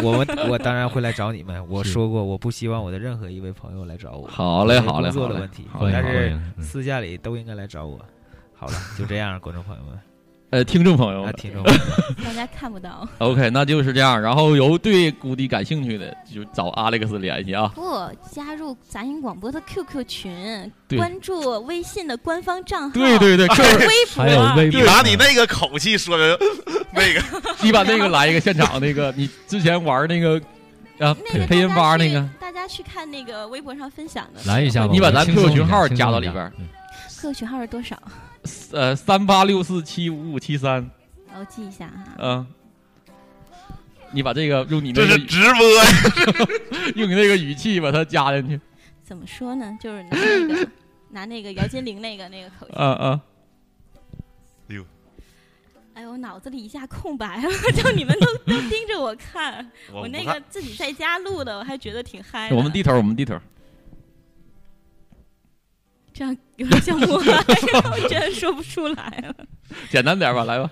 Speaker 8: 我们我当然会来找你们。我
Speaker 10: 是
Speaker 8: 说过，我不希望我的任何一位朋友来找我。
Speaker 9: 好嘞，
Speaker 8: 因为
Speaker 9: 好嘞，
Speaker 8: 工作
Speaker 9: 好
Speaker 8: 的
Speaker 9: 嘞
Speaker 8: 问题，
Speaker 9: 好
Speaker 10: 欢
Speaker 9: 嘞
Speaker 8: 但
Speaker 10: 迎欢
Speaker 8: 是
Speaker 10: 迎。嗯
Speaker 8: 私下里都应该来找我。好了，就这样，观众朋友
Speaker 9: [laughs]
Speaker 8: 们，
Speaker 9: 呃，听众朋友
Speaker 8: 啊，
Speaker 9: 们
Speaker 8: 听众朋友们，
Speaker 4: 大家看不到。
Speaker 9: ，OK，那就是这样。然后有对谷底感兴趣的，就找 Alex 联系啊。
Speaker 4: 不加入杂音广播的 QQ 群，
Speaker 9: 对
Speaker 4: 关注微信的官方账号，
Speaker 9: 对对对， [laughs]
Speaker 4: 还有微博，
Speaker 10: 还有微
Speaker 6: 你
Speaker 10: 博，
Speaker 6: 拿你那个口气说的，那个
Speaker 9: 你把那个来一个现场那个，你之前玩那个啊
Speaker 4: 那个
Speaker 9: 配音
Speaker 4: 大家
Speaker 9: 吧那
Speaker 4: 去
Speaker 9: 个，
Speaker 4: 大家去看那个微博上分享的
Speaker 10: 来一下吧，
Speaker 9: 你把咱
Speaker 10: 我轻松
Speaker 9: QQ
Speaker 10: 一
Speaker 9: 群
Speaker 10: 点
Speaker 9: 号
Speaker 10: 轻
Speaker 9: 加
Speaker 10: 松
Speaker 9: 到
Speaker 10: 一
Speaker 9: 里
Speaker 10: 点
Speaker 9: 边儿
Speaker 10: 嗯
Speaker 4: ，QQ 群号是多少？
Speaker 9: 呃，三八六四七五五七三，
Speaker 4: 我记一下啊哈。
Speaker 9: 嗯，你把这个用你那
Speaker 6: 这
Speaker 9: 个
Speaker 6: 是直播，
Speaker 9: 用你那个语气把它加进去，
Speaker 4: 怎么说呢？就是拿那
Speaker 9: [laughs]
Speaker 4: 个拿那个姚金玲那个那个口音。
Speaker 9: 啊啊，
Speaker 4: 哎呦，我脑子里一下空白了，就你
Speaker 9: [laughs]
Speaker 4: 们都都盯着我看，
Speaker 6: 我
Speaker 4: 我
Speaker 6: 不
Speaker 4: 那
Speaker 6: 看
Speaker 4: 个自己在家录的，我还觉得挺嗨的。
Speaker 9: 我们地头我们地头，
Speaker 4: 这样有点像我， [laughs] 哎呦我真的说不出来啊了。
Speaker 9: 简单点吧，来吧，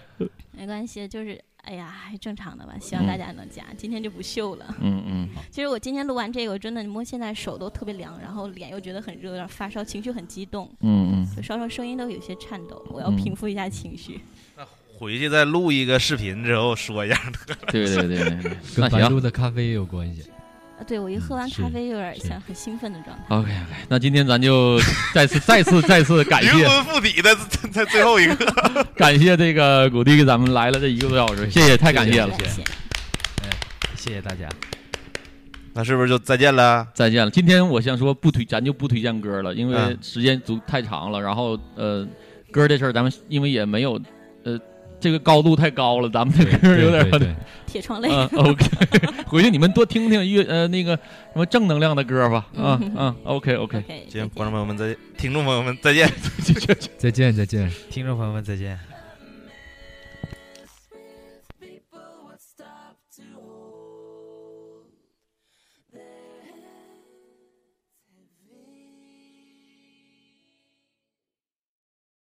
Speaker 4: 没关系，就是哎呀，还正常的吧，希望大家能加。今天就不秀了。
Speaker 9: 嗯嗯，
Speaker 4: 其实我今天录完这个，我真的摸现在手都特别凉，然后脸又觉得很热，有点发烧，情绪很激动，
Speaker 9: 嗯
Speaker 4: 就稍稍声音都有些颤抖。我要
Speaker 9: 嗯
Speaker 4: 平复一下情绪。
Speaker 6: 回去再录一个视频之后说一下。
Speaker 9: 嗯，对对对对，对 [laughs] 那
Speaker 10: 跟白
Speaker 9: 行
Speaker 10: 鹿的咖啡也有关系。
Speaker 4: 啊，对我一喝完
Speaker 10: 嗯
Speaker 4: 咖
Speaker 10: 是
Speaker 4: 啡，有点
Speaker 10: 是
Speaker 4: 像很兴奋的状态。
Speaker 9: ，OK OK，那今天咱就再次再次再次感
Speaker 6: [laughs]
Speaker 9: [laughs]
Speaker 6: 灵
Speaker 9: 谢
Speaker 6: 魂附体的在最后一个， [laughs]
Speaker 9: 感谢这个谷地给咱们来了这一个多小时，谢谢，太感谢了，
Speaker 4: 感谢。
Speaker 8: 谢谢大家。
Speaker 6: 那是不是就再见了？
Speaker 9: 再见了。今天我想说不推，咱就不推荐歌了，因为
Speaker 6: 嗯
Speaker 9: 时间足太长了。然后呃，歌这事儿咱们因为也没有呃这个高度太高了，咱们这歌 [laughs] 有点 [laughs]
Speaker 10: 对对，
Speaker 4: 铁窗泪。 [laughs]
Speaker 9: 嗯 OK。回 [laughs] 去你们多听听乐呃那个什么正能量的歌吧。啊
Speaker 4: 嗯
Speaker 9: 啊 OK OK，
Speaker 4: OK，再
Speaker 6: 行，
Speaker 4: 见
Speaker 6: 观众朋友们再见，听众朋友们再见。
Speaker 10: 再见再见。
Speaker 8: 听众朋友们，再见。